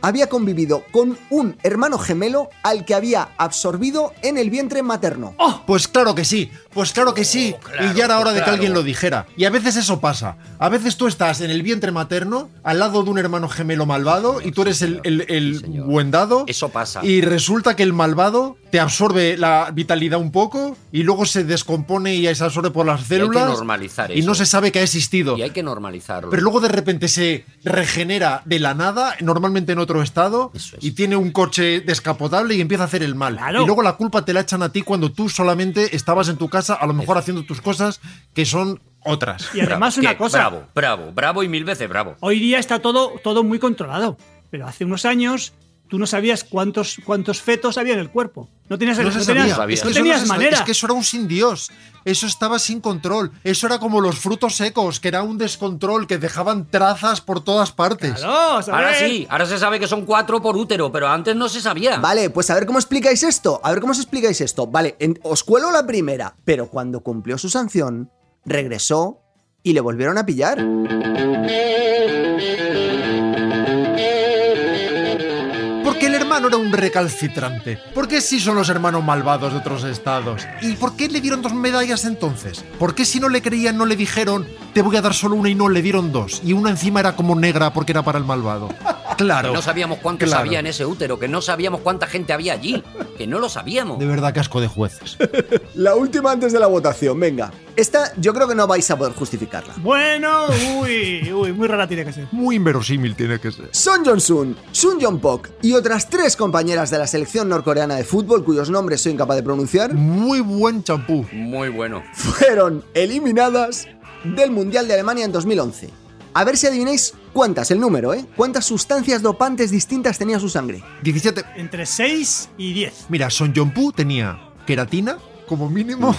había convivido con un hermano gemelo al que había absorbido en el vientre materno.
¡Oh! Pues claro que sí, pues claro que
Oh,
sí.
claro,
y ya
pues
era hora de que
claro.
alguien lo dijera. Y a veces eso pasa. A veces tú estás en el vientre materno, al lado de un hermano gemelo malvado, y tú eres el, el- el buen dado.
Eso pasa.
Y resulta que el malvado te absorbe la vitalidad un poco y luego se descompone y se absorbe por las
Y hay que
células.
normalizar
y
eso.
no se sabe que ha existido.
Y hay que normalizarlo.
Pero luego de repente se regenera de la nada, normalmente en otro estado, y tiene un coche descapotable y empieza a hacer el mal. Y luego la culpa te la echan a ti cuando tú solamente estabas en tu casa, a lo mejor haciendo tus cosas que son otras.
Y además
Bravo,
una
que-
cosa.
Bravo, bravo, bravo y mil veces bravo.
Hoy día está todo, todo muy controlado, pero hace unos años tú no sabías cuántos, cuántos fetos había en el cuerpo. No tenías,
No
no
se
tenías-
sabía. Es
no
que eso
tenías
no se sabía.
manera.
Es que eso era un sin Dios. Eso estaba sin control. Eso era como los frutos secos, que era un descontrol, que dejaban trazas por todas partes.
Ahora sí, ahora se sabe que son cuatro por útero, pero antes no se sabía.
Vale, pues a ver cómo explicáis esto. A ver cómo os explicáis esto. Vale, en- os cuelo la primera. Pero cuando cumplió su sanción, regresó y le volvieron a pillar.
Porque el hermano era un recalcitrante. ¿Por qué sí son los hermanos malvados de otros estados? ¿Y por qué le dieron dos medallas entonces? ¿Por qué si no le creían no le dijeron te voy a dar solo una y no le dieron dos? Y una encima era como negra porque era para el malvado. Claro.
Que no sabíamos cuántos
Claro.
había en ese útero, que no sabíamos cuánta gente había allí, que no lo sabíamos.
De verdad casco de jueces.
La última antes de la votación, venga. Esta yo creo que no vais a poder justificarla.
Bueno, uy, uy, muy rara tiene que ser.
Muy inverosímil tiene que ser.
Son Jong-sun, Sun Jong-pok y otras tres compañeras de la selección norcoreana de fútbol cuyos nombres soy incapaz de pronunciar
Muy buen champú.
Muy bueno.
fueron eliminadas del Mundial de Alemania en 2011. A ver si adivináis cuántas, el número, ¿eh? ¿Cuántas sustancias dopantes distintas tenía su sangre?
17.
Entre 6 y 10.
Mira, Son Jong-Poo tenía queratina como mínimo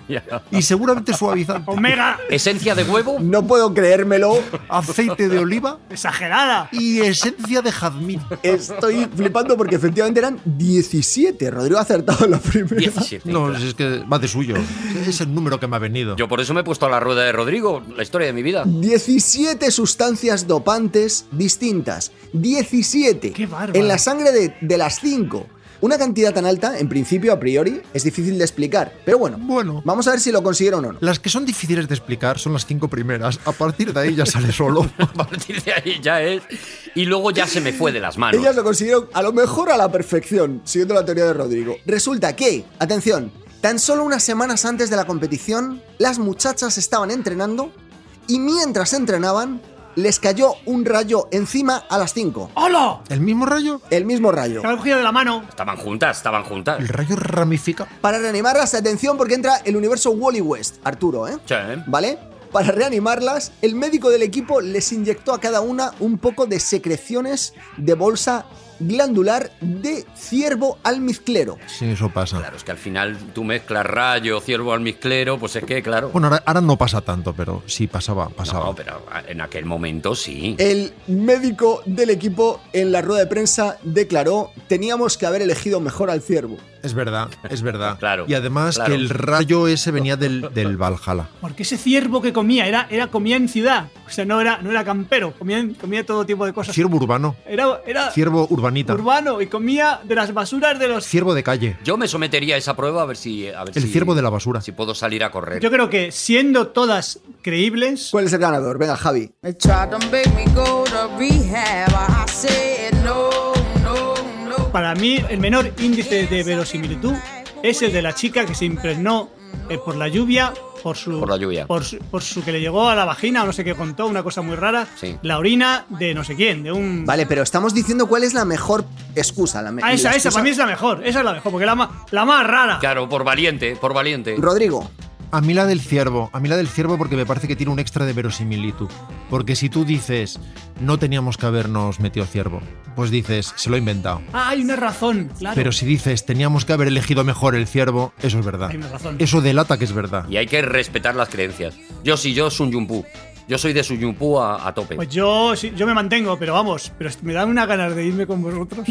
y seguramente suavizante.
Omega,
Esencia de huevo,
No puedo creérmelo.
Aceite de oliva
exagerada.
y esencia de jazmín.
Estoy flipando porque efectivamente eran 17. Rodrigo ha acertado la primera.
17.
No, es que va de suyo. Es el número que me ha venido.
Yo por eso me he puesto a la rueda de Rodrigo, la historia de mi vida.
17 sustancias dopantes distintas. 17.
Qué bárbaro.
En la sangre de, de las 5. Una cantidad tan alta, en principio, a priori, es difícil de explicar. Pero bueno,
Bueno.
vamos a ver si lo consiguieron o no.
Las que son difíciles de explicar son las cinco primeras. A partir de ahí ya sale solo.
A partir de ahí ya es. Y luego ya se me fue de las manos.
Ellas lo consiguieron a lo mejor a la perfección, siguiendo la teoría de Rodrigo. Resulta que, atención, tan solo unas semanas antes de la competición, las muchachas estaban entrenando y mientras entrenaban, les cayó un rayo encima a las 5.
¡Hola!
¿El mismo rayo?
El mismo rayo.
Se me ha cogido de la mano.
Estaban juntas, estaban juntas.
El rayo ramifica.
Para reanimarlas, atención porque entra el universo Wally West, Arturo, ¿eh?
Sí, ¿eh?
¿Vale? Para reanimarlas, el médico del equipo les inyectó a cada una un poco de secreciones de bolsa glandular de ciervo almizclero.
Sí, eso pasa.
Claro, es que al final tú mezclas rayo, ciervo almizclero, pues es que, claro.
Bueno, ahora, ahora no pasa tanto, pero sí pasaba, pasaba.
No, pero en aquel momento sí.
Eh,
El médico del equipo en la rueda de prensa declaró, teníamos que haber elegido mejor al ciervo.
Es verdad, es verdad.
Claro,
y además
claro.
que el rayo ese venía del, del Valhalla.
Porque ese ciervo que comía era, era comía en ciudad. O sea, no era, no era campero, comía, en- comía todo tipo de cosas.
Ciervo urbano.
Era, era
Ciervo urbanita.
urbano y comía de las basuras de los.
Ciervo de calle.
Yo me sometería a esa prueba a ver si. A ver
El
si-
ciervo de la basura.
Si puedo salir a correr.
Yo creo que siendo todas creíbles,
¿Cuál es el ganador? Venga, Javi.
They tried to make me go to rehab. I said no, no, no.
para mí el menor índice de verosimilitud es el de la chica que se impregnó eh, por la lluvia, por su.
Por la lluvia.
Por su, por su que le llegó a la vagina o no sé qué contó, una cosa muy rara.
Sí.
La orina de no sé quién, de un.
Vale, pero estamos diciendo cuál es la mejor excusa. La me-
Ah, esa,
la
esa,
excusa-
para mí es la mejor. Esa es la mejor, porque es la más, la más rara.
Claro, por valiente, por valiente.
Rodrigo,
A mí la del ciervo, a mí la del ciervo porque me parece que tiene un extra de verosimilitud. Porque si tú dices, no teníamos que habernos metido ciervo, pues dices, se lo he inventado.
Ah, hay una razón, claro.
Pero si dices, teníamos que haber elegido mejor el ciervo, eso es verdad.
Hay una razón.
Eso delata que es verdad.
Y hay que respetar las creencias. Yo sí, yo Sun Jumpu.
Yo soy de Suyupú a, a tope.
Pues yo, sí, yo me mantengo, pero vamos, pero me dan una ganas de irme con vosotros.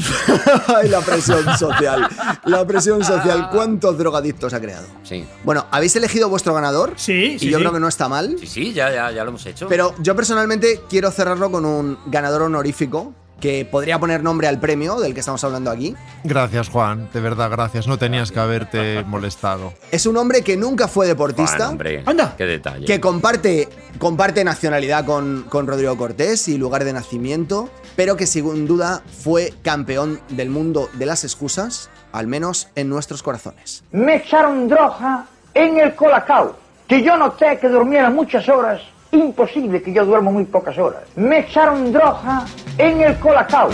Ay, la presión social. La presión social. ¿Cuántos drogadictos ha creado?
Sí.
Bueno, ¿habéis elegido vuestro ganador?
Sí,
Y yo creo que no está mal.
Sí, sí, ya, ya, ya lo hemos hecho.
Pero yo personalmente quiero cerrarlo con un ganador honorífico que podría poner nombre al premio del que estamos hablando aquí.
Gracias, Juan. De verdad, gracias. No tenías que haberte molestado.
Es un hombre que nunca fue deportista.
Anda. Qué detalle.
que comparte, comparte nacionalidad con, con Rodrigo Cortés y lugar de nacimiento, pero que sin duda fue campeón del mundo de las excusas, al menos en nuestros corazones.
me echaron droga en el colacao, que yo noté que durmiera muchas horas, imposible que yo duermo muy pocas horas. Me echaron droga en el colacao.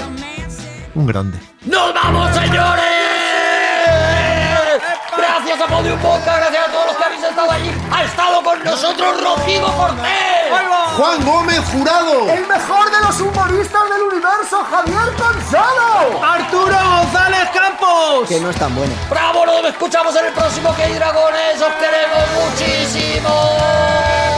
Un grande.
¡Nos vamos, señores! Gracias a Podium Podcast, gracias a todos los que habéis estado allí. Ha estado con nosotros Rocío Cortés.
Juan Gómez Jurado. El mejor de los humoristas del universo, Javier Gonzalo. Arturo González Campos.
Que no es tan bueno.
¡Bravo! Nos escuchamos en el próximo Que hay Dragones. ¡Os queremos muchísimo!